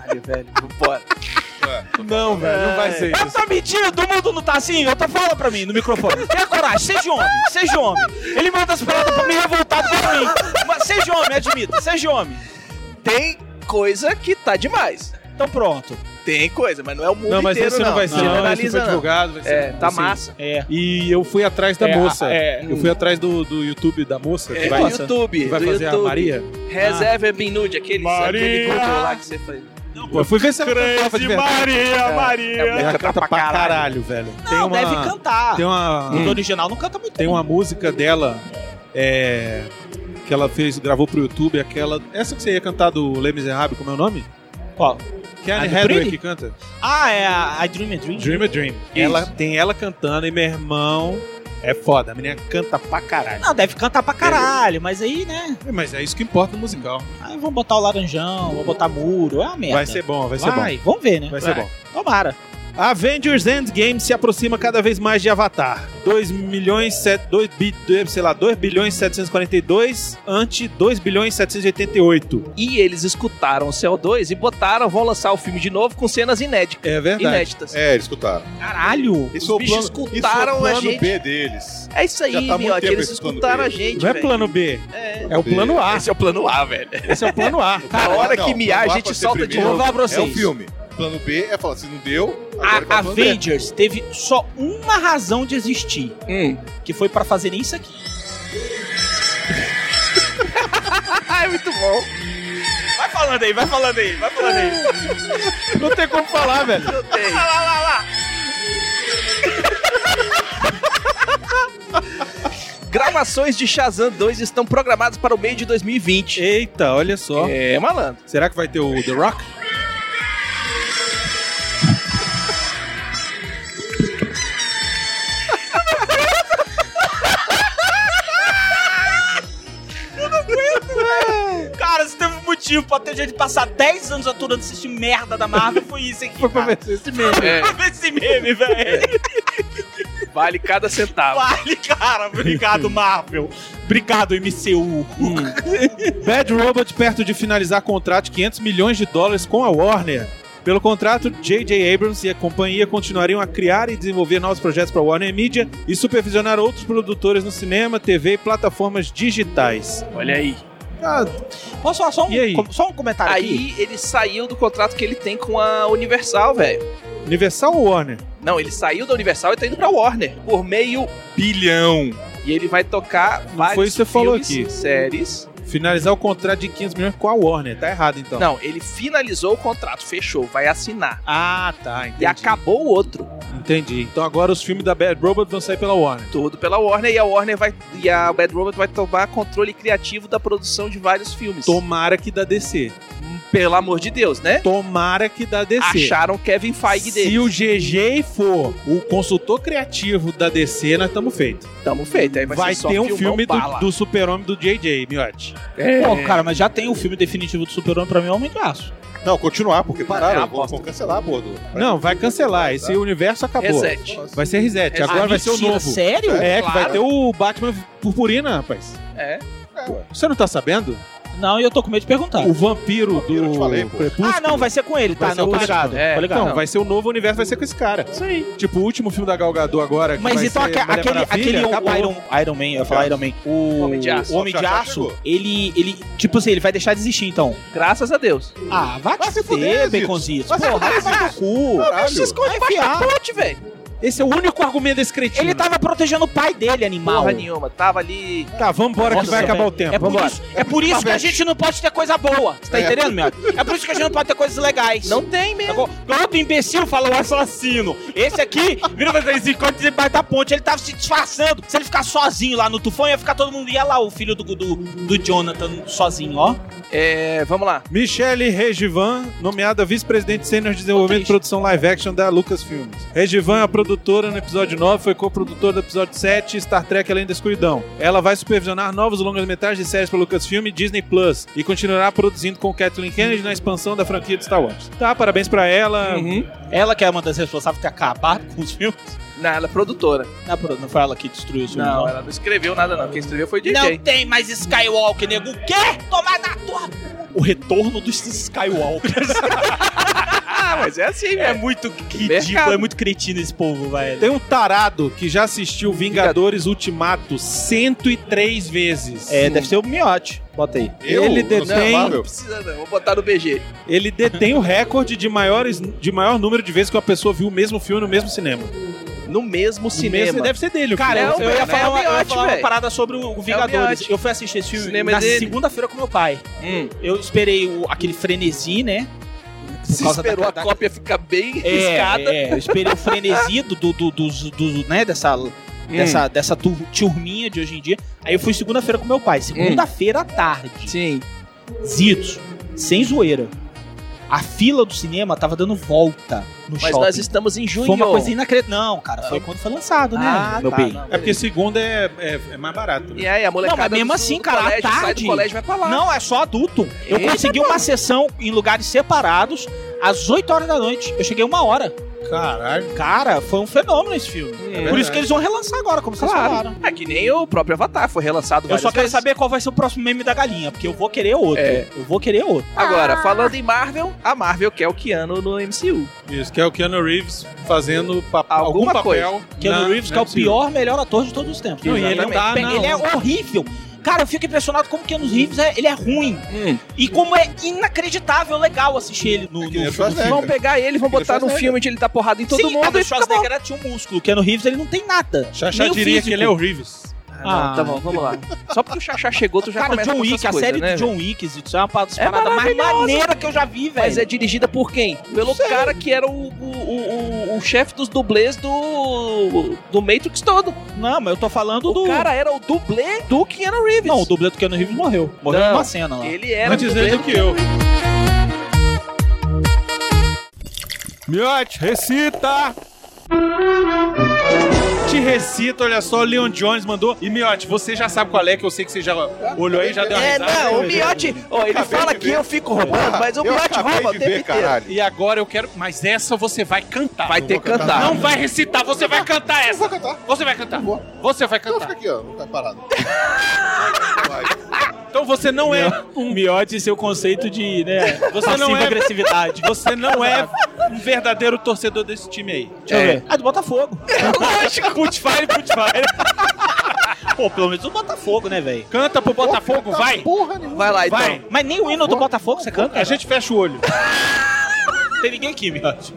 Speaker 2: Caralho, velho, vambora.
Speaker 1: Não, velho, não vai ser
Speaker 4: Eu
Speaker 1: isso.
Speaker 4: tô mentindo, o mundo não tá assim? Eu tô falando pra mim no microfone. Tenha coragem, seja homem, seja homem. Ele manda as paradas pra me revoltar pra mim. Mas seja homem, admita, seja homem.
Speaker 2: Tem coisa que tá demais.
Speaker 4: Então pronto.
Speaker 2: Tem coisa, mas não é o mundo
Speaker 1: Não, mas
Speaker 2: inteiro,
Speaker 1: esse não vai ser,
Speaker 4: Não,
Speaker 1: não. Esse
Speaker 2: analisa,
Speaker 1: foi
Speaker 2: não.
Speaker 1: divulgado, vai ser.
Speaker 2: É, tá
Speaker 1: assim.
Speaker 2: massa.
Speaker 4: É.
Speaker 1: E eu fui atrás da
Speaker 4: É,
Speaker 1: moça.
Speaker 4: é,
Speaker 1: Tá eu fui atrás do, do YouTube da moça que
Speaker 2: É,
Speaker 1: vai,
Speaker 2: do YouTube,
Speaker 1: que vai
Speaker 2: do
Speaker 1: fazer
Speaker 2: YouTube.
Speaker 1: a Maria. Ah.
Speaker 2: Has ever been nude, aquele, aquele
Speaker 1: Maria!
Speaker 2: Google lá que você faz.
Speaker 1: Pô, eu fui ver se ela cantava de verdade. É,
Speaker 4: Maria,
Speaker 2: Maria.
Speaker 1: Ela canta pra caralho, velho. tem
Speaker 4: Não,
Speaker 1: uma,
Speaker 4: deve cantar.
Speaker 1: Tem uma,
Speaker 4: No original não canta muito.
Speaker 1: tem uma música dela é, que ela fez, gravou pro YouTube, aquela. Essa que você ia cantar do Les Miserables, como é o nome?
Speaker 4: Qual?
Speaker 1: Que é a Anne
Speaker 4: A do
Speaker 1: Hathaway
Speaker 4: Pretty?
Speaker 1: que canta.
Speaker 4: Ah, é a I Dream a Dream.
Speaker 1: Dream a Dream. Ela, tem ela cantando e meu irmão é foda. A menina canta pra caralho.
Speaker 4: Não, deve cantar pra caralho, mas aí, né?
Speaker 1: Mas é isso que importa no musical.
Speaker 4: Aí vão botar o laranjão, vão botar muro, é uma merda.
Speaker 1: Vai ser bom, né? vai ser bom.
Speaker 4: Vai, vamos ver, né?
Speaker 1: Vai ser bom.
Speaker 4: Tomara.
Speaker 1: Avengers Endgame se aproxima cada vez mais de Avatar. 2 milhões set- 2 bi, dois- sei lá, 2 bilhões 742 ante 2 bilhões 788.
Speaker 2: E eles escutaram o CO2 e botaram, vão lançar o filme de novo com cenas inéditas.
Speaker 1: É
Speaker 2: Inéditas.
Speaker 3: É, eles escutaram.
Speaker 4: Caralho.
Speaker 3: Esse
Speaker 2: Os
Speaker 3: foi o
Speaker 2: bichos
Speaker 3: plano-
Speaker 2: escutaram
Speaker 3: esse foi o
Speaker 2: a
Speaker 3: plano
Speaker 2: gente.
Speaker 3: B deles.
Speaker 2: É isso aí,
Speaker 3: Já tá há muito
Speaker 2: Miotti,
Speaker 3: tempo
Speaker 2: eles
Speaker 3: esse plano
Speaker 2: escutaram
Speaker 3: B.
Speaker 2: a gente,
Speaker 1: Não é
Speaker 2: velho.
Speaker 1: plano B,
Speaker 2: É.
Speaker 1: é o plano A.
Speaker 2: Esse é o plano A, velho.
Speaker 1: Esse é o plano A.
Speaker 2: Na hora
Speaker 3: Não,
Speaker 2: que miar, a
Speaker 3: plano A
Speaker 2: gente
Speaker 3: pode ser
Speaker 2: solta de
Speaker 3: primeiro.
Speaker 2: novo.
Speaker 4: Vou falar pra
Speaker 3: É o
Speaker 4: vocês.
Speaker 3: filme. Plano B é falar, se não deu, agora tá
Speaker 4: A
Speaker 3: vai pro plano B.
Speaker 4: Avengers teve só uma razão de existir,
Speaker 2: Hum.
Speaker 4: que foi pra fazer isso aqui.
Speaker 2: Ah, é muito bom.
Speaker 4: Vai falando aí, vai falando aí, vai falando aí.
Speaker 1: Não tem como falar, velho.
Speaker 2: Eu tenho. Gravações de Shazam 2 estão programadas para o meio de 2020.
Speaker 1: Eita, olha só.
Speaker 2: É, malandro.
Speaker 1: Será que vai ter o The Rock?
Speaker 4: Cara, se teve um motivo pra ter gente passar 10 anos aturando esse merda da Marvel, foi isso aqui. Foi pra
Speaker 1: esse mesmo.
Speaker 2: É,
Speaker 4: ver esse meme, velho.
Speaker 2: vale cada centavo.
Speaker 4: Vale, cara. Obrigado, Marvel. Obrigado, MCU.
Speaker 1: Bad Robot perto de finalizar contrato de 500 milhões de dólares com a Warner. Pelo contrato, J.J. Abrams e a companhia continuariam a criar e desenvolver novos projetos para a Warner Media e supervisionar outros produtores no cinema, TV e plataformas digitais.
Speaker 2: Olha aí.
Speaker 3: Ah,
Speaker 4: Posso falar só um,
Speaker 1: E aí?
Speaker 4: com- só um comentário aqui?
Speaker 2: Aí ele saiu do contrato que ele tem com a Universal, velho.
Speaker 1: Universal ou Warner?
Speaker 2: Não, ele saiu da Universal e tá indo pra Warner. Por meio
Speaker 1: Bilhão.
Speaker 2: E ele vai tocar vários
Speaker 1: foi isso que você falou
Speaker 2: filmes,
Speaker 1: aqui.
Speaker 2: séries.
Speaker 1: Finalizar o contrato de 500 milhões com a Warner. Tá errado, então.
Speaker 2: Não, ele finalizou o contrato, fechou, vai assinar.
Speaker 1: Ah, tá. Entendi.
Speaker 2: E acabou o outro.
Speaker 1: Entendi. Então agora os filmes da Bad Robot vão sair pela Warner.
Speaker 2: Tudo pela Warner e a Warner vai. E a Bad Robot vai tomar controle criativo da produção de vários filmes. Hum,
Speaker 1: Tomara que dá DC.
Speaker 2: Pelo amor de Deus, né?
Speaker 1: Tomara que dá DC.
Speaker 2: Acharam Kevin Feige
Speaker 1: Se
Speaker 2: dele.
Speaker 1: o GG for o consultor criativo da DC, nós estamos feitos.
Speaker 2: Tamo feito. Aí vai,
Speaker 1: Vai
Speaker 2: ser só
Speaker 1: ter um
Speaker 2: filmão
Speaker 1: filme do,
Speaker 2: bala.
Speaker 1: do super-homem do JJ, Miotti.
Speaker 4: Pô, cara, mas já tem o filme definitivo do Super-Homem pra mim, é Homem de Aço.
Speaker 3: Não, continuar, porque pararam.
Speaker 2: É uma
Speaker 3: vão,
Speaker 2: aposta.
Speaker 3: vão cancelar, bordo.
Speaker 1: Não, vai cancelar. Esse universo acabou.
Speaker 2: Reset.
Speaker 1: Vai ser reset. Agora
Speaker 4: Ah,
Speaker 1: vai ser o
Speaker 4: mentira,
Speaker 1: novo.
Speaker 4: Sério?
Speaker 1: É, que vai
Speaker 2: Claro.
Speaker 1: ter o Batman Purpurina, rapaz.
Speaker 2: É.
Speaker 1: Você não tá sabendo?
Speaker 4: Não, e eu tô com medo de perguntar.
Speaker 1: O vampiro,
Speaker 3: Vampiro, eu
Speaker 1: do
Speaker 3: te falei, pô.
Speaker 1: Crepúsculo.
Speaker 4: Ah, não, vai ser com ele,
Speaker 1: Vai
Speaker 4: tá?
Speaker 1: ser o
Speaker 4: Não, tô
Speaker 1: último.
Speaker 4: ligado. tá
Speaker 2: É,
Speaker 4: tô ligado.
Speaker 1: Então, vai ser o novo universo, vai ser com esse cara. Isso aí. Tipo, o último filme da Gal Gadot agora. que
Speaker 4: Mas
Speaker 1: vai
Speaker 4: então
Speaker 1: ser
Speaker 4: aque-
Speaker 1: Mulher
Speaker 4: aquele,
Speaker 1: Maravilha,
Speaker 4: aquele o
Speaker 1: acabou.
Speaker 4: Iron, Iron Man, eu ia falar Iron Man. O
Speaker 2: Homem de Aço.
Speaker 4: o Homem de
Speaker 3: Já- já
Speaker 4: Aço,
Speaker 3: chegou.
Speaker 4: ele, ele, tipo assim, ele vai deixar de existir então.
Speaker 2: Graças a Deus.
Speaker 4: Ah, vai
Speaker 3: Vai
Speaker 4: te
Speaker 3: se fuder,
Speaker 4: fuder,
Speaker 3: Zitos.
Speaker 4: Baconzitos.
Speaker 3: Vai se
Speaker 4: Porra,
Speaker 3: fuder,
Speaker 4: vai tomar no cu.
Speaker 3: Caralho.
Speaker 2: Vocês correm
Speaker 4: Vai
Speaker 2: baixo da
Speaker 4: enfiar.
Speaker 2: ponte, velho.
Speaker 1: Esse é o único argumento desse cretino.
Speaker 4: Ele tava protegendo o pai dele, animal.
Speaker 2: Porra nenhuma. Tava ali.
Speaker 1: Tá, vambora que
Speaker 4: Nossa,
Speaker 1: vai acabar
Speaker 4: velho.
Speaker 1: o tempo.
Speaker 4: É por,
Speaker 1: vambora.
Speaker 4: isso, é por isso que a gente não pode ter coisa boa. Você tá
Speaker 3: É.
Speaker 4: entendendo, meu? É por isso que a gente não pode ter coisas legais.
Speaker 2: Não tem
Speaker 4: Tá
Speaker 2: mesmo.
Speaker 4: bom? Todo imbecil fala o assassino. Esse aqui, vira pra trás, enquanto ele vai da ponte, ele tava se disfarçando. Se ele ficar sozinho lá no tufão, ia ficar todo mundo. Ia lá o filho do, do, do Jonathan sozinho, ó.
Speaker 2: É, vamos lá.
Speaker 1: Michelle Regivan, nomeada vice-presidente sênior de desenvolvimento e
Speaker 4: triste.
Speaker 1: produção live action da Lucasfilm. Regivan é a produtora no episódio 9, foi coprodutora do episódio 7 Star Trek Além da Escuridão. Ela vai supervisionar novos longas-metragens e séries para Lucasfilm e Disney Plus e continuará produzindo com Kathleen Kennedy na expansão da franquia de Star Wars. Tá, parabéns pra ela.
Speaker 4: Ela que é uma das responsáveis por ter acabado com os filmes.
Speaker 2: Não, ela é produtora.
Speaker 4: Não, pro- não foi ela que destruiu os filmes,
Speaker 2: Não,
Speaker 4: não.
Speaker 2: ela não escreveu nada, não. Quem escreveu foi o DJ.
Speaker 4: Não tem mais Skywalker, nego. O quê? Tomar na tua... O retorno dos Skywalkers.
Speaker 2: Ah, mas é assim
Speaker 4: é
Speaker 2: mesmo.
Speaker 4: muito ridículo,
Speaker 2: Mercado.
Speaker 4: é muito cretino esse povo, velho.
Speaker 1: Tem um tarado que já assistiu Vingadores Ultimato 103 vezes.
Speaker 4: É, deve ser o Miote. Bota aí.
Speaker 3: Eu?
Speaker 1: Ele
Speaker 3: Não sou
Speaker 1: detém-
Speaker 3: amável?
Speaker 2: Não precisa, não. Vou botar no BG.
Speaker 1: Ele detém o recorde de, maiores, de maior número de vezes que uma pessoa viu o mesmo filme no mesmo cinema.
Speaker 2: No mesmo
Speaker 1: Mesmo-
Speaker 2: cinema.
Speaker 1: deve ser dele. o
Speaker 4: Cara,
Speaker 1: filme.
Speaker 2: Não,
Speaker 4: eu, eu ia
Speaker 2: velho,
Speaker 4: falar,
Speaker 2: é o
Speaker 4: uma, eu ia
Speaker 2: Miotti,
Speaker 4: falar uma
Speaker 2: velho.
Speaker 4: parada sobre É o Vingadores.
Speaker 2: Miotti.
Speaker 4: eu fui assistir esse filme
Speaker 2: Cinema
Speaker 4: na
Speaker 2: dele.
Speaker 4: segunda-feira com meu pai.
Speaker 2: Hum.
Speaker 4: Eu esperei o- aquele frenesi, né?
Speaker 2: Se
Speaker 4: causa da-
Speaker 2: esperou a
Speaker 4: da-
Speaker 2: cópia ficar bem
Speaker 4: É,
Speaker 2: riscada.
Speaker 4: é, eu esperei o frenesi do, do, do- dos- do- né, dessa, dessa, dessa tur- turminha de hoje em dia. Aí eu fui segunda-feira com meu pai. Segunda-feira à tarde.
Speaker 2: Sim.
Speaker 4: Zitos, sem zoeira. A fila do cinema tava dando volta no
Speaker 2: Mas
Speaker 4: shopping.
Speaker 2: nós estamos em junho.
Speaker 4: Foi uma coisa inacreditável. Não, cara, foi quando foi lançado, né?
Speaker 2: Ah,
Speaker 4: meu
Speaker 2: tá,
Speaker 4: bem.
Speaker 2: não,
Speaker 1: É porque segunda é, é- é mais barato. né?
Speaker 2: E aí, a molecada
Speaker 4: Não, mas mesmo
Speaker 2: do-
Speaker 4: assim,
Speaker 2: do
Speaker 4: cara, à
Speaker 2: colégio, sai
Speaker 4: tarde.
Speaker 2: do colégio e vai pra lá.
Speaker 4: Não, é só adulto. Eu
Speaker 2: Eita,
Speaker 4: consegui uma sessão em lugares separados às 8 horas da noite. Eu cheguei uma hora.
Speaker 2: É.
Speaker 1: Caralho.
Speaker 4: Cara, foi um fenômeno esse filme. Por isso que eles vão relançar agora, como vocês falaram.
Speaker 2: Claro. É que nem o próprio Avatar foi relançado
Speaker 4: Eu
Speaker 2: várias
Speaker 4: só quero
Speaker 2: vezes.
Speaker 4: saber qual vai ser o próximo meme da galinha, porque eu vou querer outro.
Speaker 2: É.
Speaker 4: Eu vou querer outro.
Speaker 2: Agora, falando em Marvel, a Marvel quer o Keanu no MCU.
Speaker 1: Isso, que é o Keanu Reeves fazendo pa- algum
Speaker 2: Alguma
Speaker 1: papel.
Speaker 4: Keanu
Speaker 1: na-
Speaker 4: Reeves, que é
Speaker 1: na
Speaker 4: o pior melhor ator de todos os tempos.
Speaker 1: Não, e ele não dá, não.
Speaker 4: Ele é horrível. Cara, eu fico impressionado como Keanu Reeves é, ele é ruim. E como é inacreditável legal assistir ele no, no,
Speaker 3: que nem o
Speaker 4: no
Speaker 3: Schwarzenegger.
Speaker 4: filme.
Speaker 2: Vão pegar ele, vão
Speaker 3: Ele
Speaker 2: botar
Speaker 3: faz
Speaker 2: num
Speaker 3: merda.
Speaker 2: filme onde ele tá porrada em todo
Speaker 4: Sim, é
Speaker 2: mundo
Speaker 4: cara,
Speaker 2: e
Speaker 4: o
Speaker 2: fica bom.
Speaker 4: Schwarzenegger tinha um músculo. O Keanu Reeves, ele não tem nada.
Speaker 1: Chachá
Speaker 4: Nem o
Speaker 1: diria
Speaker 4: físico.
Speaker 1: que ele é o Reeves.
Speaker 2: Ah,
Speaker 4: Ah.
Speaker 2: não, tá bom, vamos lá. Só porque o Chachá chegou, tu já
Speaker 4: Cara,
Speaker 2: começa
Speaker 4: John
Speaker 2: com
Speaker 4: Wick,
Speaker 2: essas
Speaker 4: a
Speaker 2: coisas,
Speaker 4: série
Speaker 2: né,
Speaker 4: do John Wick, isso é uma parada
Speaker 2: É
Speaker 4: parada mais
Speaker 2: maravilhosa.
Speaker 4: maneira que eu já vi, velho.
Speaker 2: Mas é dirigida por quem? Pelo cara que era o, o, o, o chefe dos dublês do, do Matrix todo.
Speaker 4: Não, mas eu tô falando do...
Speaker 2: O cara era o dublê do Keanu Reeves.
Speaker 4: é Não, o dublê do Keanu Reeves morreu. Morreu
Speaker 2: Não.
Speaker 4: numa cena lá.
Speaker 2: Ele era
Speaker 1: Antes
Speaker 2: o
Speaker 1: dele do
Speaker 2: dublê
Speaker 1: que eu. Miote, recita! Te recita, olha só, o Leon Jones mandou. E Miote, você já sabe qual é, que eu sei que você já olhou aí e já deu uma
Speaker 2: É,
Speaker 1: risada. né?
Speaker 2: não, o Miotti, ó, ele
Speaker 3: Acabei
Speaker 2: fala
Speaker 3: de
Speaker 2: que
Speaker 3: ver.
Speaker 2: eu fico roubando, mas o
Speaker 3: eu
Speaker 2: Miotti
Speaker 3: acabei
Speaker 2: rouba o
Speaker 3: de
Speaker 2: tempo
Speaker 3: ver,
Speaker 2: inteiro.
Speaker 3: caralho.
Speaker 1: E agora eu quero. Mas essa você vai cantar.
Speaker 2: Vai
Speaker 3: Não
Speaker 2: ter
Speaker 3: vou
Speaker 2: que cantar.
Speaker 1: Não vai recitar, você vai cantar
Speaker 3: Eu vou
Speaker 1: essa.
Speaker 3: cantar.
Speaker 1: Você vai cantar.
Speaker 3: Vou.
Speaker 1: Você vai
Speaker 3: Então fica
Speaker 1: cantar.
Speaker 3: aqui, ó. Não tá parado. Vai.
Speaker 1: Então você não é.
Speaker 4: Um miote e seu conceito de, né,
Speaker 1: Você não é-
Speaker 4: agressividade.
Speaker 1: Você não é um verdadeiro torcedor desse time aí?
Speaker 4: Deixa eu ver. Ah, do Botafogo.
Speaker 2: Lógico.
Speaker 4: Putz, vai, putz, vai. Pô, pelo menos o Botafogo, né, velho?
Speaker 1: Canta pro Botafogo, vai!
Speaker 3: Porra nenhuma.
Speaker 2: Vai lá, então.
Speaker 1: Vai!
Speaker 4: Mas nem o hino do Botafogo você canta?
Speaker 1: A gente fecha o olho. Não tem ninguém aqui, Miotti.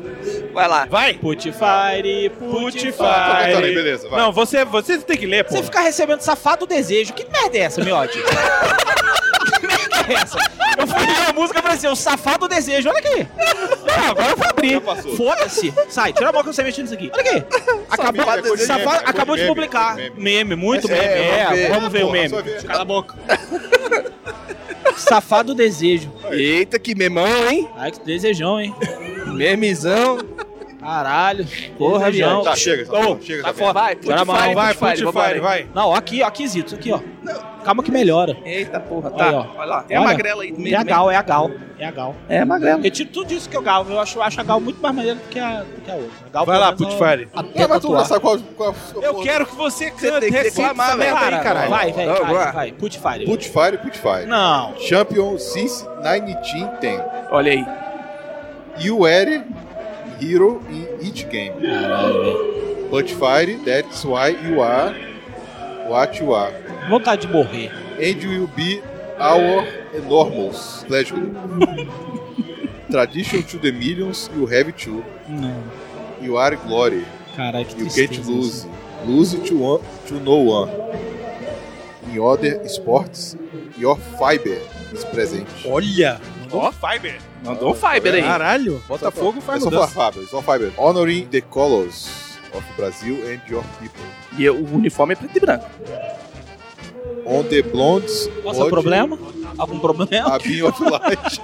Speaker 2: Vai lá.
Speaker 1: Vai!
Speaker 4: Putifari,
Speaker 3: Tá, tá cantando aí,
Speaker 4: putifari.
Speaker 3: beleza, vai.
Speaker 1: Não, você, você tem que ler, pô.
Speaker 4: Você ficar recebendo safado desejo. Que merda é essa, miote? que merda é essa? Eu fui ver a música e falei assim, o safado desejo, olha aqui. Ah, agora eu vou abrir.
Speaker 3: Já passou.
Speaker 4: Foda-se. Sai, tira a mão que você mexendo nisso aqui. Olha aqui. Acabou,
Speaker 3: Safado desejo,
Speaker 4: safado-
Speaker 3: é coisa de
Speaker 4: acabou de
Speaker 3: meme,
Speaker 4: publicar.
Speaker 3: coisa de
Speaker 4: Meme, muito
Speaker 3: É,
Speaker 4: meme. É,
Speaker 3: vamos ver.
Speaker 4: vamos ver o
Speaker 3: Porra,
Speaker 4: meme.
Speaker 3: só ver.
Speaker 4: Cala a boca. safado desejo.
Speaker 2: Eita, que memão, hein?
Speaker 4: Ai, que desejão, hein?
Speaker 2: Memezão.
Speaker 4: Caralho. Porra, João.
Speaker 3: Tá, chega, tá,
Speaker 1: Ô,
Speaker 3: chega.
Speaker 2: Tá
Speaker 3: Tá
Speaker 2: fora. Vai,
Speaker 4: Tira a mão,
Speaker 2: Putifari,
Speaker 1: vai,
Speaker 2: Putifari,
Speaker 1: Putifari,
Speaker 2: vambora.
Speaker 1: vai.
Speaker 4: Não, aqui, ó, aqui, Zito, aqui, ó. Calma que melhora.
Speaker 2: Eita porra,
Speaker 4: Aí,
Speaker 2: tá.
Speaker 4: ó.
Speaker 2: Olha lá. Tem a
Speaker 4: Olha.
Speaker 2: magrela aí no
Speaker 4: É
Speaker 2: meio.
Speaker 4: a
Speaker 2: também.
Speaker 4: Gal, é a Gal. É a Gal.
Speaker 2: É a magrela.
Speaker 4: Eu tiro tudo isso que eu Gal. Eu acho, eu acho a Gal muito mais maneira do que a, do que a outra. A Gal,
Speaker 1: Vai lá,
Speaker 4: pelo menos, ela- é
Speaker 1: Putifari.
Speaker 4: Até
Speaker 3: Não, mas tu não
Speaker 4: tatuar.
Speaker 3: sabe qual, qual
Speaker 1: Eu quero que você cante.
Speaker 2: tem que
Speaker 1: recita
Speaker 2: declamar,
Speaker 1: essa merda
Speaker 2: velho.
Speaker 1: aí, caralho.
Speaker 4: Vai, velho,
Speaker 2: Vamos
Speaker 4: vai,
Speaker 2: lá.
Speaker 4: vai. Putifari.
Speaker 3: Putfire, Putfire.
Speaker 4: Não.
Speaker 3: Champion since 19 tem.
Speaker 2: Olha aí.
Speaker 3: You were hero in each game. Putfire, that's why you are what you are.
Speaker 4: Vontade de morrer.
Speaker 3: And you will be our enormous legend. Tradition to the millions, you have to.
Speaker 4: Não.
Speaker 3: You are glory.
Speaker 4: Caralho, que
Speaker 3: You
Speaker 4: tristeza.
Speaker 3: can't lose. Lose to, one, to no one. In other sports, your fiber is presente.
Speaker 1: Olha! Ó, Fiber.
Speaker 2: Mandou um fiber aí.
Speaker 1: Caralho. Botafogo
Speaker 3: É
Speaker 1: faz
Speaker 3: só falar
Speaker 1: mudança.
Speaker 3: fiber, só fiber. Honoring the colors of Brazil and your people.
Speaker 2: E eu- o uniforme é preto e branco.
Speaker 3: On the blondes,
Speaker 4: Qual
Speaker 3: body,
Speaker 4: seu problema? Algum problema?
Speaker 3: a beam of light.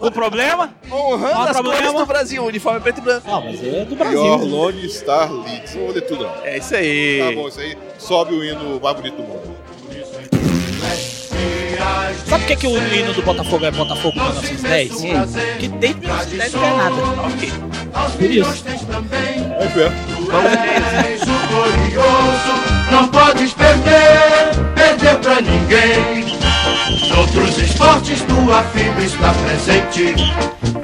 Speaker 4: Algum problema?
Speaker 2: Honrando
Speaker 4: Qual
Speaker 2: as
Speaker 4: problema?
Speaker 2: cores do Brasil. O uniforme é preto e branco.
Speaker 4: Não, mas é do
Speaker 3: your
Speaker 4: Brasil.
Speaker 3: lone star leads. Não vou ler tudo, não.
Speaker 2: É isso aí.
Speaker 3: Tá bom, isso aí sobe o hino mais bonito do mundo.
Speaker 4: Sabe por que, que o hino do Botafogo é Botafogo 1910? Que desde 1910 não tem nada. Por isso.
Speaker 3: É mesmo.
Speaker 7: não podes perder, perder pra ninguém. Noutros esportes tua fibra está presente,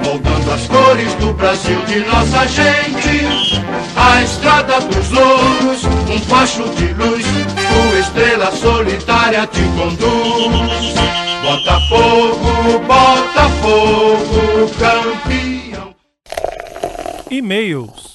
Speaker 7: moldando as cores do Brasil de nossa gente. A estrada dos louros, um facho de luz, tua estrela solitária te conduz. Botafogo, Botafogo, campeão.
Speaker 1: E-mails.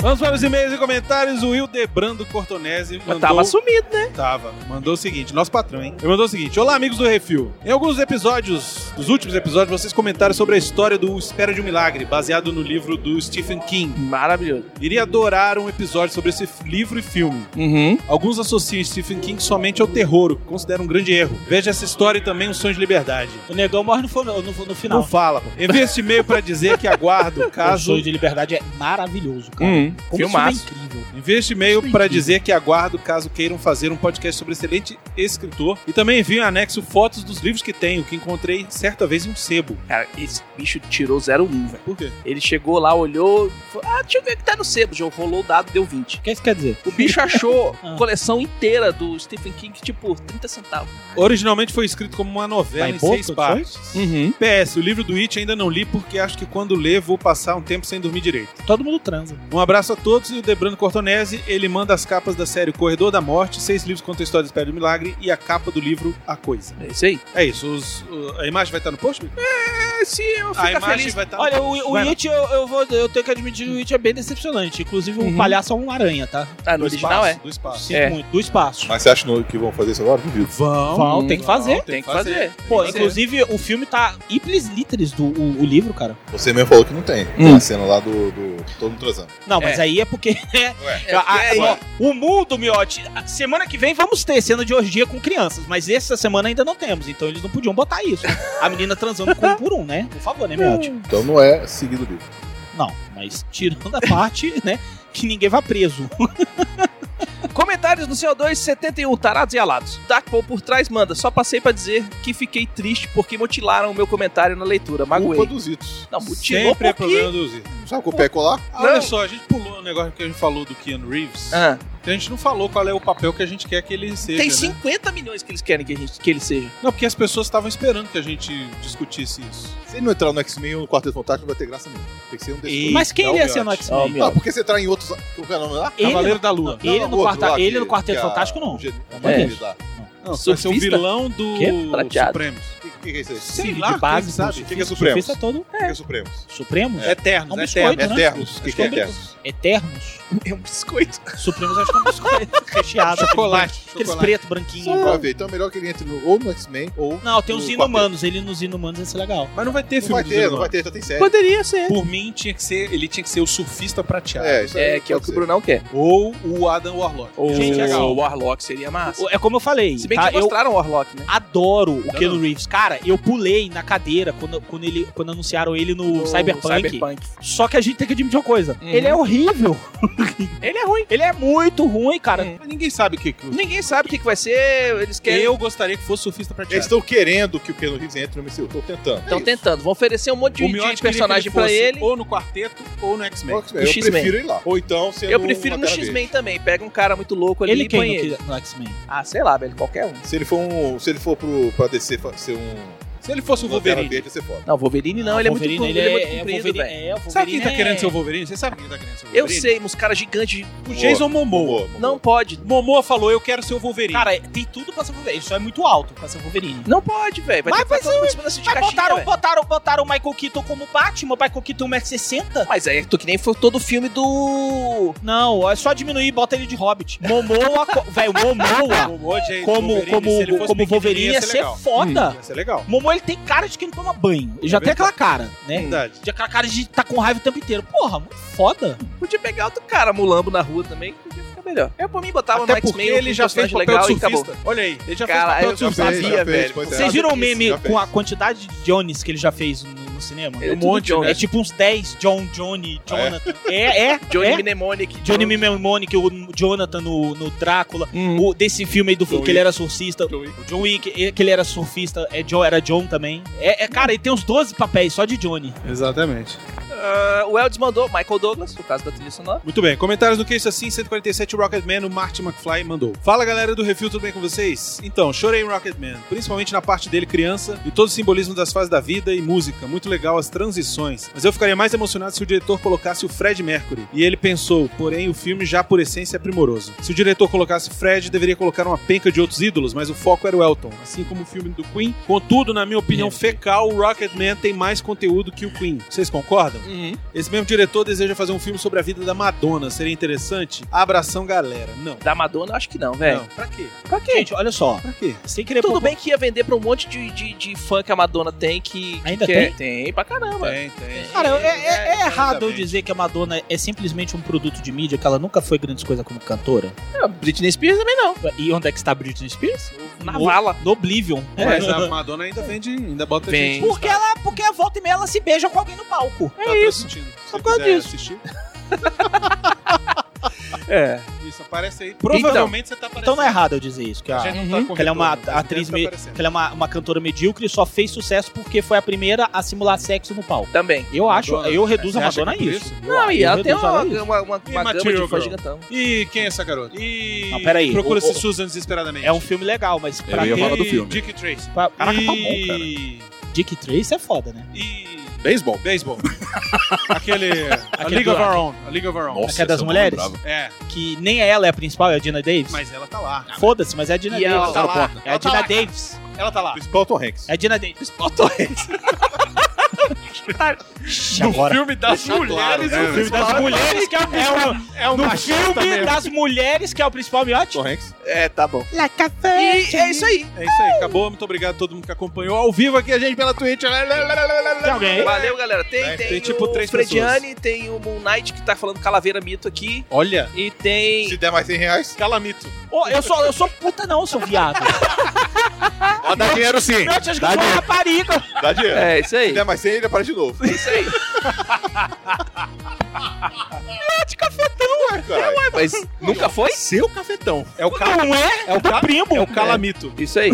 Speaker 1: Vamos para os e-mails e comentários. O Hildebrando Cortonese mandou...
Speaker 2: Mas tava sumido, né?
Speaker 1: Tava. Mandou o seguinte, nosso patrão, hein? Ele mandou o seguinte: Olá, amigos do Refil. Em alguns episódios, dos últimos episódios, vocês comentaram sobre a história do Espera de um Milagre, baseado no livro do Stephen King.
Speaker 2: Maravilhoso.
Speaker 1: Iria adorar um episódio sobre esse livro e filme.
Speaker 2: Uhum.
Speaker 1: Alguns associam Stephen King somente ao terror, o que consideram um grande erro. Veja essa história e também um sonho de liberdade.
Speaker 4: O negão morre no, fu- no, fu- no
Speaker 1: Não,
Speaker 4: final.
Speaker 1: fala, pô. Envie este e-mail pra dizer que aguardo,
Speaker 4: O
Speaker 1: caso
Speaker 4: sonho de liberdade é maravilhoso, cara.
Speaker 2: Uhum.
Speaker 4: Como
Speaker 2: Filmaço.
Speaker 4: isso é incrível.
Speaker 1: Envie este e-mail para dizer que aguardo caso queiram fazer um podcast sobre excelente escritor. E também envie em anexo fotos dos livros que tenho, que encontrei certa vez em um sebo.
Speaker 2: Cara, esse bicho tirou 01, velho.
Speaker 1: Por quê?
Speaker 2: Ele chegou lá, olhou, falou, ah, deixa eu ver o que tá no sebo. João rolou o dado, deu 20.
Speaker 4: O que isso quer dizer?
Speaker 2: O bicho achou
Speaker 4: Ah.
Speaker 2: coleção inteira do Stephen King, tipo, 30 centavos.
Speaker 1: Originalmente foi escrito como uma novela
Speaker 4: Tá em
Speaker 1: em,
Speaker 4: boca,
Speaker 1: seis
Speaker 4: foi?
Speaker 1: partes.
Speaker 2: Uhum.
Speaker 1: PS, o livro do It ainda não li porque acho que quando ler vou passar um tempo sem dormir direito.
Speaker 4: Todo mundo transa.
Speaker 1: Um abraço a todos e o Debrano Cortonese, ele manda as capas da série Corredor da Morte, seis livros contam a história do Espelho do Milagre e a capa do livro A Coisa.
Speaker 2: É isso aí.
Speaker 1: É isso, os- o- a imagem vai estar no post? Mico?
Speaker 2: É, sim, eu
Speaker 1: A
Speaker 2: fico
Speaker 1: imagem
Speaker 2: feliz.
Speaker 1: vai estar
Speaker 4: Olha,
Speaker 1: no
Speaker 4: o, o
Speaker 1: Tá. Vai lá.
Speaker 4: It, eu, eu vou, eu tenho que admitir, o It é bem decepcionante. Inclusive, um
Speaker 2: Uhum.
Speaker 4: palhaço é um aranha, tá?
Speaker 2: Ah, no
Speaker 1: do
Speaker 2: original
Speaker 1: espaço,
Speaker 2: é.
Speaker 1: do espaço.
Speaker 4: Sinto
Speaker 2: É.
Speaker 4: muito. Do espaço.
Speaker 3: Mas você acha no- que vão fazer isso agora? Duvido.
Speaker 1: Vão,
Speaker 4: Vão, tem que fazer.
Speaker 2: Tem que fazer.
Speaker 4: Pô,
Speaker 2: Tem que
Speaker 4: inclusive, o filme tá iplis literis do o, o livro, cara.
Speaker 3: Você mesmo falou que não tem.
Speaker 2: Hum.
Speaker 3: Tem a cena lá do, do todo mundo transando.
Speaker 4: Não, mas
Speaker 2: É.
Speaker 4: aí é porque... né?
Speaker 3: Ué.
Speaker 2: É,
Speaker 4: Ah,
Speaker 2: é,
Speaker 4: ó, o mundo, Miotti, a- semana que vem vamos ter cena de orgia com crianças, mas essa semana ainda não temos, então eles não podiam botar isso. A menina transando com um por um, né? Por favor, né, Miotti?
Speaker 3: Então não é seguido o livro.
Speaker 4: Não, mas tirando a parte, né, que ninguém vai preso.
Speaker 2: Comentários no CO2 71, tarados e alados. Darkpool por trás manda, só passei pra dizer que fiquei triste porque mutilaram o meu comentário na leitura.
Speaker 3: Culpa
Speaker 2: Magoei.
Speaker 3: dos itos.
Speaker 2: Não, um mutilou
Speaker 1: Sempre é
Speaker 2: porque...
Speaker 1: problema do Zito.
Speaker 3: Sabe o que o pé colar?
Speaker 1: Olha
Speaker 2: Não.
Speaker 1: só, a gente pulou um negócio que a gente falou do Keanu Reeves.
Speaker 2: Ah,
Speaker 1: A gente não falou qual é o papel que a gente quer que ele seja.
Speaker 2: Tem
Speaker 1: né?
Speaker 2: 50 milhões que eles querem que, a gente, que ele seja.
Speaker 1: Não, porque as pessoas estavam esperando que a gente discutisse isso.
Speaker 3: Se ele não entrar no X-Men ou no Quarteto Fantástico, não vai ter graça nenhuma. Tem que ser um desses.
Speaker 4: Mas quem
Speaker 1: Não,
Speaker 4: ia ser no
Speaker 1: Miotti.
Speaker 2: Ó, é o
Speaker 4: X-Men?
Speaker 3: Ah,
Speaker 2: Miotti.
Speaker 3: porque você entrar em outros. Como é o nome lá?
Speaker 4: Ele
Speaker 1: Cavaleiro da Lua.
Speaker 4: Ele
Speaker 3: Não,
Speaker 4: no
Speaker 3: o outro
Speaker 4: quarta-
Speaker 3: lá
Speaker 4: ele no
Speaker 3: que-
Speaker 4: Quarteto
Speaker 3: que a-
Speaker 4: Fantástico, não.
Speaker 3: o Gen- a mãe
Speaker 2: É.
Speaker 3: dele lá.
Speaker 1: Não, vai ser o
Speaker 2: Surfista?
Speaker 1: vilão do
Speaker 2: Quê? Prateado.
Speaker 1: Supremos.
Speaker 3: O que, que é isso aí?
Speaker 1: Sei
Speaker 4: Sim,
Speaker 1: lá,
Speaker 4: de base,
Speaker 1: quem sabe?
Speaker 4: pô,
Speaker 3: Quem que é
Speaker 4: surfista-
Speaker 3: Supremo?
Speaker 4: surfista todo.
Speaker 3: O que é Supremos?
Speaker 4: Supremos?
Speaker 1: É. Eternos,
Speaker 4: É um
Speaker 1: é
Speaker 4: biscoito,
Speaker 1: Eternos.
Speaker 4: né?
Speaker 3: Eternos. O que, que é
Speaker 4: Acho que é um
Speaker 3: Eternos?
Speaker 4: Eternos?
Speaker 2: É um biscoito.
Speaker 4: Supremos acho que é um biscoito recheado. aqueles
Speaker 1: Chocolate,
Speaker 4: bran- Aqueles
Speaker 1: chocolate.
Speaker 4: preto, branquinho.
Speaker 3: Vai ver. Então é melhor que ele entre no, ou no X-Men ou.
Speaker 4: Não, tem os
Speaker 3: No
Speaker 4: inumanos. Ele nos inumanos ia ser legal.
Speaker 1: Mas não vai ter
Speaker 3: Não
Speaker 1: filme
Speaker 3: vai
Speaker 1: do
Speaker 3: ter, não
Speaker 1: Zero
Speaker 3: vai ter, já tem série.
Speaker 2: Poderia ser.
Speaker 1: Por mim, tinha que ser, ele tinha que ser o surfista prateado.
Speaker 3: É, isso aí
Speaker 2: É, que é o
Speaker 3: pode
Speaker 2: que o
Speaker 3: ser.
Speaker 2: Brunão quer.
Speaker 1: Ou o Adam Warlock.
Speaker 2: Ou
Speaker 4: Gente, é legal.
Speaker 2: o Warlock seria massa.
Speaker 4: O- É como eu falei.
Speaker 2: Se bem
Speaker 4: tá?
Speaker 2: que já
Speaker 4: Eu
Speaker 2: mostraram o Warlock, né?
Speaker 4: adoro o Keanu Reeves. Cara, eu pulei na cadeira quando, quando, ele, quando anunciaram ele no, Cyberpunk. Só que a gente tem que admitir uma coisa.
Speaker 2: Uhum.
Speaker 4: Ele é horrível. ele é ruim. Ele é muito ruim, cara.
Speaker 1: Mas ninguém sabe o que. que o-
Speaker 2: Ninguém sabe o que, que vai ser, eles querem.
Speaker 1: Eu gostaria que fosse surfista prateado.
Speaker 3: Eles estão querendo que o Keanu Reeves entre no MCU. Estão tentando.
Speaker 2: Estão
Speaker 3: É isso.
Speaker 2: tentando, vão oferecer um monte de, de
Speaker 1: Miotti queria
Speaker 2: personagem
Speaker 1: que ele
Speaker 2: pra
Speaker 1: fosse
Speaker 2: ele.
Speaker 1: Ou no quarteto ou no X-Men.
Speaker 3: Ou X-Men.
Speaker 2: No
Speaker 3: Eu
Speaker 2: X-Men.
Speaker 3: prefiro ir lá. Ou então sendo
Speaker 2: Eu prefiro
Speaker 3: o
Speaker 2: no
Speaker 3: Lanterna
Speaker 2: X-Men também. Pega um cara muito louco ali
Speaker 4: Ele
Speaker 2: e põe
Speaker 4: quem
Speaker 2: ele.
Speaker 4: no que- no X-Men?
Speaker 2: Ah, sei lá, velho, qualquer um.
Speaker 3: Verde. Se ele for um. Se ele for pro, pra descer ser um.
Speaker 1: Se ele fosse o
Speaker 3: Lanterna
Speaker 1: Wolverine.
Speaker 3: Verde, ia ser foda.
Speaker 2: Não, Wolverine não,
Speaker 4: Ah,
Speaker 2: ele,
Speaker 4: Wolverine,
Speaker 2: é muito, ele é muito comprido,
Speaker 4: Wolverine-
Speaker 2: velho.
Speaker 4: é, o Wolverine
Speaker 1: Sabe quem tá
Speaker 4: é-
Speaker 1: querendo ser o Wolverine? Você sabe quem tá querendo ser o
Speaker 2: Eu
Speaker 1: Wolverine?
Speaker 2: sei, uns caras gigantes.
Speaker 1: O Jason Momoa.
Speaker 3: Momoa, Momoa.
Speaker 2: Não pode.
Speaker 1: Momoa falou, eu quero ser o Wolverine.
Speaker 4: Cara, é, tem tudo pra ser o Wolverine. Ele só é muito alto pra ser o Wolverine.
Speaker 2: Não pode, velho. Vai
Speaker 4: Mas
Speaker 2: ter que
Speaker 4: vai um
Speaker 2: botar todo mundo em cima da sua
Speaker 4: Mas
Speaker 2: caixinha,
Speaker 4: botaram,
Speaker 2: velho.
Speaker 4: botaram, botaram o Michael Keaton como Batman, o Michael Keaton 1,60m.
Speaker 2: Mas é tô que nem foi todo o filme do.
Speaker 4: Não, é só diminuir e bota ele de Hobbit. Momoa, co- velho, Momoa,
Speaker 1: Momoa, Jason
Speaker 4: como
Speaker 1: Wolverine, se ele
Speaker 4: como,
Speaker 1: fosse
Speaker 4: como
Speaker 1: pequenininho,
Speaker 4: Wolverine ia ser
Speaker 1: legal.
Speaker 4: foda.
Speaker 1: Ia ser legal.
Speaker 4: Momoa, ele tem cara de que não toma banho. Ele já
Speaker 1: É
Speaker 4: tem aquela cara,
Speaker 1: É
Speaker 4: né?
Speaker 1: verdade.
Speaker 4: De aquela cara de tá com raiva o tempo inteiro. Porra, muito foda.
Speaker 2: Podia pegar outro cara mulambo na rua também, que podia ficar melhor. Eu por mim botava
Speaker 1: Até
Speaker 2: no
Speaker 1: porque
Speaker 2: X-Men,
Speaker 1: ele
Speaker 2: um
Speaker 1: já fez
Speaker 2: personagem
Speaker 1: papel
Speaker 2: legal
Speaker 1: de
Speaker 2: e acabou.
Speaker 1: surfista. Olha aí, ele já
Speaker 2: Cara,
Speaker 1: fez papel
Speaker 2: eu
Speaker 1: de surfista.
Speaker 2: sabia, velho.
Speaker 3: pois é.
Speaker 4: Vocês viram o meme
Speaker 3: Já
Speaker 4: com a
Speaker 3: fez.
Speaker 4: quantidade de Johnnies que ele já fez no, no cinema?
Speaker 2: Ele é
Speaker 4: um
Speaker 2: tudo
Speaker 4: monte,
Speaker 2: Johnny.
Speaker 4: né? É tipo uns 10 John, Johnny, Jonathan. É, é.
Speaker 2: Johnny
Speaker 4: é.
Speaker 2: Mnemonic.
Speaker 4: Johnny Mnemonic, o Jonathan no, no Drácula.
Speaker 2: Hum.
Speaker 4: O, desse filme aí do
Speaker 3: John
Speaker 4: que ele era surfista.
Speaker 3: John
Speaker 4: O John Wick, e- que ele era surfista, é John, era John também. É, é, cara, ele tem uns 12 papéis só de Johnny.
Speaker 1: Exatamente.
Speaker 2: Ah, o Eldes mandou Michael Douglas, por causa da trilha sonora.
Speaker 1: Muito bem, comentários no que isso assim, 147 Rocketman, o Marty McFly mandou. Fala galera do Refil, tudo bem com vocês? Então, chorei em Rocketman, principalmente na parte dele criança e todo o simbolismo das fases da vida e música, muito legal as transições. Mas eu ficaria mais emocionado se o diretor colocasse o Fred Mercury. E ele pensou, porém o filme já por essência é primoroso. Se o diretor colocasse Fred, deveria colocar uma penca de outros ídolos, mas o foco era o Elton, assim como o filme do Queen. Contudo, na minha opinião fecal, o Rocketman tem mais conteúdo que o Queen. Vocês concordam? Esse mesmo diretor deseja fazer um filme sobre a vida da Madonna. Seria interessante? Abração, galera. Não.
Speaker 2: Da Madonna, eu acho que não,
Speaker 4: É.
Speaker 2: velho.
Speaker 1: Não. Pra quê?
Speaker 2: Pra quê?
Speaker 4: Gente, olha só.
Speaker 1: Pra quê?
Speaker 4: Sem querer
Speaker 2: Tudo
Speaker 4: pôr-
Speaker 2: bem que ia vender pra um monte de, de, de fã que a Madonna tem que. que
Speaker 4: Ainda
Speaker 2: quer- Tem pra caramba.
Speaker 1: Tem, tem.
Speaker 4: Cara, é, é- é errado eu
Speaker 1: exatamente.
Speaker 4: dizer que a Madonna é simplesmente um produto de mídia, que ela nunca foi grandes coisas como cantora.
Speaker 2: Ah, Britney Spears também não.
Speaker 4: E onde é que está a Britney Spears?
Speaker 2: Na
Speaker 4: O-
Speaker 2: vala.
Speaker 4: No Oblivion. né?
Speaker 1: Mas a Madonna ainda vende, ainda bota
Speaker 2: Vem.
Speaker 1: gente.
Speaker 4: Porque ela, porque a volta e meia ela se beija com alguém no palco.
Speaker 1: tá transmitindo. Se
Speaker 4: Só
Speaker 1: você
Speaker 4: por causa
Speaker 1: quiser
Speaker 4: disso.
Speaker 1: assistir,
Speaker 2: É.
Speaker 1: isso aparece aí. Provavelmente você tá aparecendo.
Speaker 4: Então não é errado eu dizer isso, que a,
Speaker 1: A gente não tá
Speaker 2: Uhum.
Speaker 1: com
Speaker 4: que ela é uma
Speaker 1: retorno, mas
Speaker 4: atriz
Speaker 1: deve
Speaker 4: me-
Speaker 1: tá aparecendo.
Speaker 4: que ela é uma, uma cantora medíocre e só fez sucesso porque foi a primeira a simular sexo no palco.
Speaker 2: Também.
Speaker 4: Eu acho,
Speaker 1: Madonna,
Speaker 4: eu reduzo a
Speaker 1: você acha
Speaker 4: Madonna a
Speaker 1: que é por
Speaker 4: isso. Eu
Speaker 2: Não,
Speaker 4: acho,
Speaker 2: e
Speaker 4: eu
Speaker 2: ela tem
Speaker 4: reduzo
Speaker 2: uma,
Speaker 4: ela a isso.
Speaker 1: E
Speaker 2: uma, uma, uma gama
Speaker 1: Material
Speaker 2: de fã
Speaker 1: Girl?
Speaker 2: gigantão.
Speaker 1: E quem é essa garota? E...
Speaker 4: Não, peraí.
Speaker 1: Procura-se
Speaker 4: O- o-
Speaker 1: Susan desesperadamente.
Speaker 4: É um filme legal, mas pra
Speaker 1: E
Speaker 4: ter...
Speaker 8: falar do filme.
Speaker 1: Dick Tracy.
Speaker 4: pra-
Speaker 1: Caraca,
Speaker 4: e-
Speaker 1: tá bom, cara.
Speaker 4: Dick Tracy é foda, né?
Speaker 1: E...
Speaker 8: Beisebol?
Speaker 1: Beisebol. Aquele... A
Speaker 4: Aquele
Speaker 1: League of
Speaker 4: do-
Speaker 1: Our Own. A League of Our Own.
Speaker 4: Aquela das
Speaker 8: essa
Speaker 4: mulheres?
Speaker 8: mulher é brava.
Speaker 1: É.
Speaker 4: Que nem ela é a principal, é a Dina Davis.
Speaker 1: Mas ela tá lá.
Speaker 4: Foda-se, mas é a Dina
Speaker 2: E
Speaker 4: Davis.
Speaker 2: ela tá
Speaker 1: lá.
Speaker 4: É a
Speaker 1: Ela tá
Speaker 4: Dina
Speaker 1: lá,
Speaker 4: Davis.
Speaker 1: Ela tá lá.
Speaker 3: Principal Tom Hanks.
Speaker 4: É a Dina Davis. Agora.
Speaker 1: filme das mulheres.
Speaker 3: claro,
Speaker 1: é o
Speaker 3: né?
Speaker 1: filme das-
Speaker 4: mulheres que é o principal.
Speaker 1: É um
Speaker 4: No
Speaker 1: machista
Speaker 4: filme
Speaker 1: mesmo.
Speaker 4: das mulheres que é o principal miote.
Speaker 3: Tom Hanks.
Speaker 2: É, tá bom.
Speaker 4: E é isso aí.
Speaker 1: É isso aí, acabou. Muito obrigado a todo mundo que acompanhou ao vivo aqui a gente pela Twitch.
Speaker 4: Tem alguém aí?
Speaker 2: Valeu, galera. Tem,
Speaker 1: Né?
Speaker 2: tem,
Speaker 1: Tem, tipo,
Speaker 2: o
Speaker 1: três
Speaker 2: Frediani, tem o Moon Knight que tá falando Calaveira Mito aqui.
Speaker 1: Olha,
Speaker 2: E
Speaker 3: Se
Speaker 2: tem.
Speaker 3: der mais 100 reais,
Speaker 1: calamito.
Speaker 4: Ô, eu, sou, eu sou puta não, seu viado.
Speaker 3: ó, dá dinheiro sim.
Speaker 4: Não, eu te acho que eu sou uma rapariga.
Speaker 3: Dá dinheiro.
Speaker 2: É, isso aí.
Speaker 3: Se der mais 100, ele aparece de novo.
Speaker 2: É Isso aí.
Speaker 3: Caralho.
Speaker 2: Mas nunca foi?
Speaker 8: Seu cafetão.
Speaker 1: É o, ca-
Speaker 4: Não é?
Speaker 2: Tá
Speaker 1: é o, ca-
Speaker 4: primo.
Speaker 1: é o calamito.
Speaker 2: Isso aí.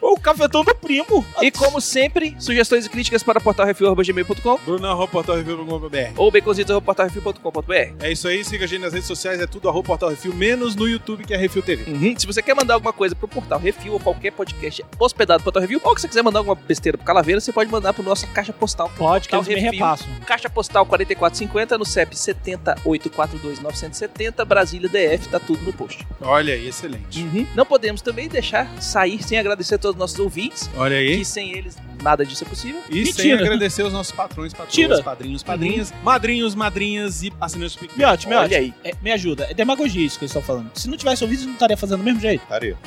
Speaker 4: O cafetão do primo.
Speaker 2: E como sempre, sugestões e críticas para portalrefil.gmail.com
Speaker 1: Bruna.portalreview.com.br
Speaker 2: ou baconzitos.portalrefil.com.br.
Speaker 1: É isso aí, siga a gente nas redes sociais, é tudo arroba Portal Refil, menos no YouTube que é Refil TV.
Speaker 2: Uhum. Se você quer mandar alguma coisa pro Portal Refil ou qualquer podcast hospedado no Portal Refil, ou que você quiser mandar alguma besteira pro Calaveira, você pode mandar pro nossa caixa postal.
Speaker 4: Pode, que
Speaker 2: Portal
Speaker 4: eles me
Speaker 2: Refil.
Speaker 4: repassam.
Speaker 2: Caixa postal 4450 no CEP 7042970 Brasília DF, tá tudo no post.
Speaker 1: Olha aí, excelente.
Speaker 2: Não podemos também deixar sair sem agradecer a todos os nossos ouvintes,
Speaker 1: Olha aí.
Speaker 2: que sem eles nada disso é possível.
Speaker 1: E sem
Speaker 4: Mentira.
Speaker 1: agradecer os nossos patrões, patroas,
Speaker 4: Tira.
Speaker 1: padrinhos, padrinhas,
Speaker 2: Uhum.
Speaker 1: madrinhos, madrinhas e assinantes pequenos.
Speaker 4: Miote, Miote,
Speaker 2: Olha aí.
Speaker 4: é, me ajuda. É demagogia isso que eles estão falando. Se não tivesse ouvido, você não estaria fazendo do mesmo jeito.
Speaker 3: Tarefa.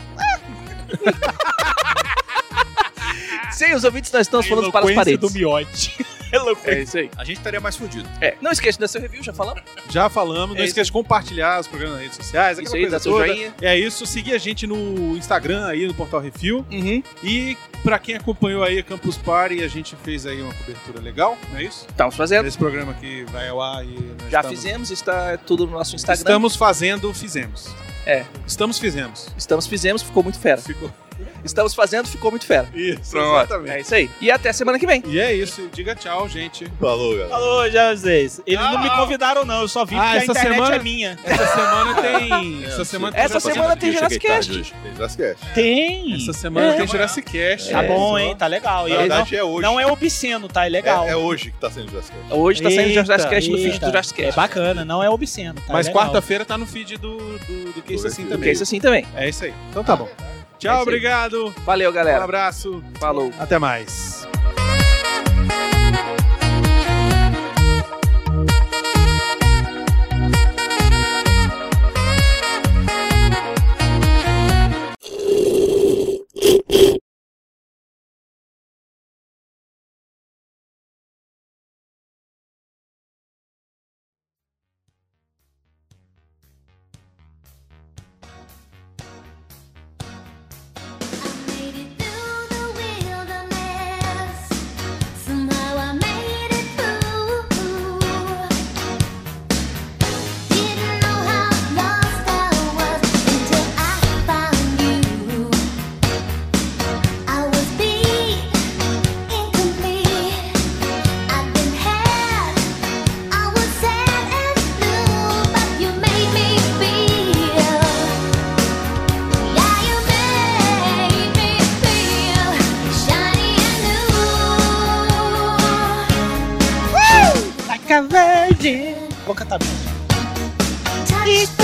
Speaker 2: Sem os ouvintes, nós estamos
Speaker 4: A
Speaker 2: falando para as
Speaker 4: eloquência
Speaker 2: paredes.
Speaker 4: do Miote.
Speaker 2: É isso aí.
Speaker 1: A gente estaria mais fudido.
Speaker 2: É. Não esquece de dar seu review, já falamos.
Speaker 1: Já falamos, não
Speaker 2: É
Speaker 1: esqueça de compartilhar os programas nas redes sociais, é aquela
Speaker 2: Isso aí, dá
Speaker 1: coisa
Speaker 2: seu
Speaker 1: toda.
Speaker 2: joinha.
Speaker 1: É isso, seguir a gente no Instagram aí, no Portal Refil.
Speaker 2: Uhum.
Speaker 1: E pra quem acompanhou aí a Campus Party, a gente fez aí uma cobertura legal, não é isso?
Speaker 2: Estamos fazendo.
Speaker 1: Esse programa que vai ao ar e... nós
Speaker 2: Já
Speaker 1: estamos-
Speaker 2: fizemos, está tudo no nosso Instagram.
Speaker 1: Estamos fazendo, fizemos.
Speaker 2: É.
Speaker 1: Estamos, fizemos.
Speaker 2: Estamos fizemos, ficou muito fera.
Speaker 1: Ficou...
Speaker 2: Estamos fazendo, ficou muito fera.
Speaker 1: Isso,
Speaker 8: Pronto.
Speaker 1: exatamente.
Speaker 2: É isso aí. E até semana que vem.
Speaker 1: E é isso, diga tchau, gente.
Speaker 3: Falou, galera.
Speaker 4: Falou, já vocês. Eles não,
Speaker 1: Não.
Speaker 4: me convidaram, não. Eu só vim
Speaker 1: Ah,
Speaker 4: porque a
Speaker 1: essa
Speaker 4: internet
Speaker 1: semana-
Speaker 4: é minha.
Speaker 1: Essa semana tem. Essa semana tem.
Speaker 2: É, Essa semana tem
Speaker 8: Eu cheguei
Speaker 2: Jurassic
Speaker 8: tarde hoje.
Speaker 3: Tem Jurassic Cast.
Speaker 4: Tem.
Speaker 1: Essa semana
Speaker 4: É.
Speaker 1: tem Jurassic Cast.
Speaker 4: Tá
Speaker 2: É,
Speaker 4: bom, hein? Tá legal. E
Speaker 3: Na
Speaker 4: aí,
Speaker 3: verdade, é
Speaker 4: não,
Speaker 3: hoje.
Speaker 4: não é obsceno, tá? É legal.
Speaker 3: É, é hoje que tá sendo Jurassic Cast.
Speaker 2: Hoje tá saindo o
Speaker 4: Eita,
Speaker 2: Jurassic Cast no feed
Speaker 4: eita.
Speaker 2: do Jurassic
Speaker 4: É
Speaker 2: Cast.
Speaker 4: bacana, não é obsceno, tá?
Speaker 1: Mas
Speaker 4: É legal.
Speaker 1: quarta-feira tá no feed do, do, do Que Isso Assim
Speaker 2: Porque é
Speaker 1: também.
Speaker 2: isso assim também.
Speaker 1: É isso aí. Então tá bom.
Speaker 2: É
Speaker 1: Tchau,
Speaker 2: isso aí.
Speaker 1: obrigado.
Speaker 2: Valeu,
Speaker 1: Um
Speaker 2: galera.
Speaker 1: abraço.
Speaker 2: Falou.
Speaker 1: Até mais.
Speaker 9: Yeah. Yeah, you made me feel shiny and new. Woo!
Speaker 4: Like a virgin. Vou cantar bem.
Speaker 9: Touched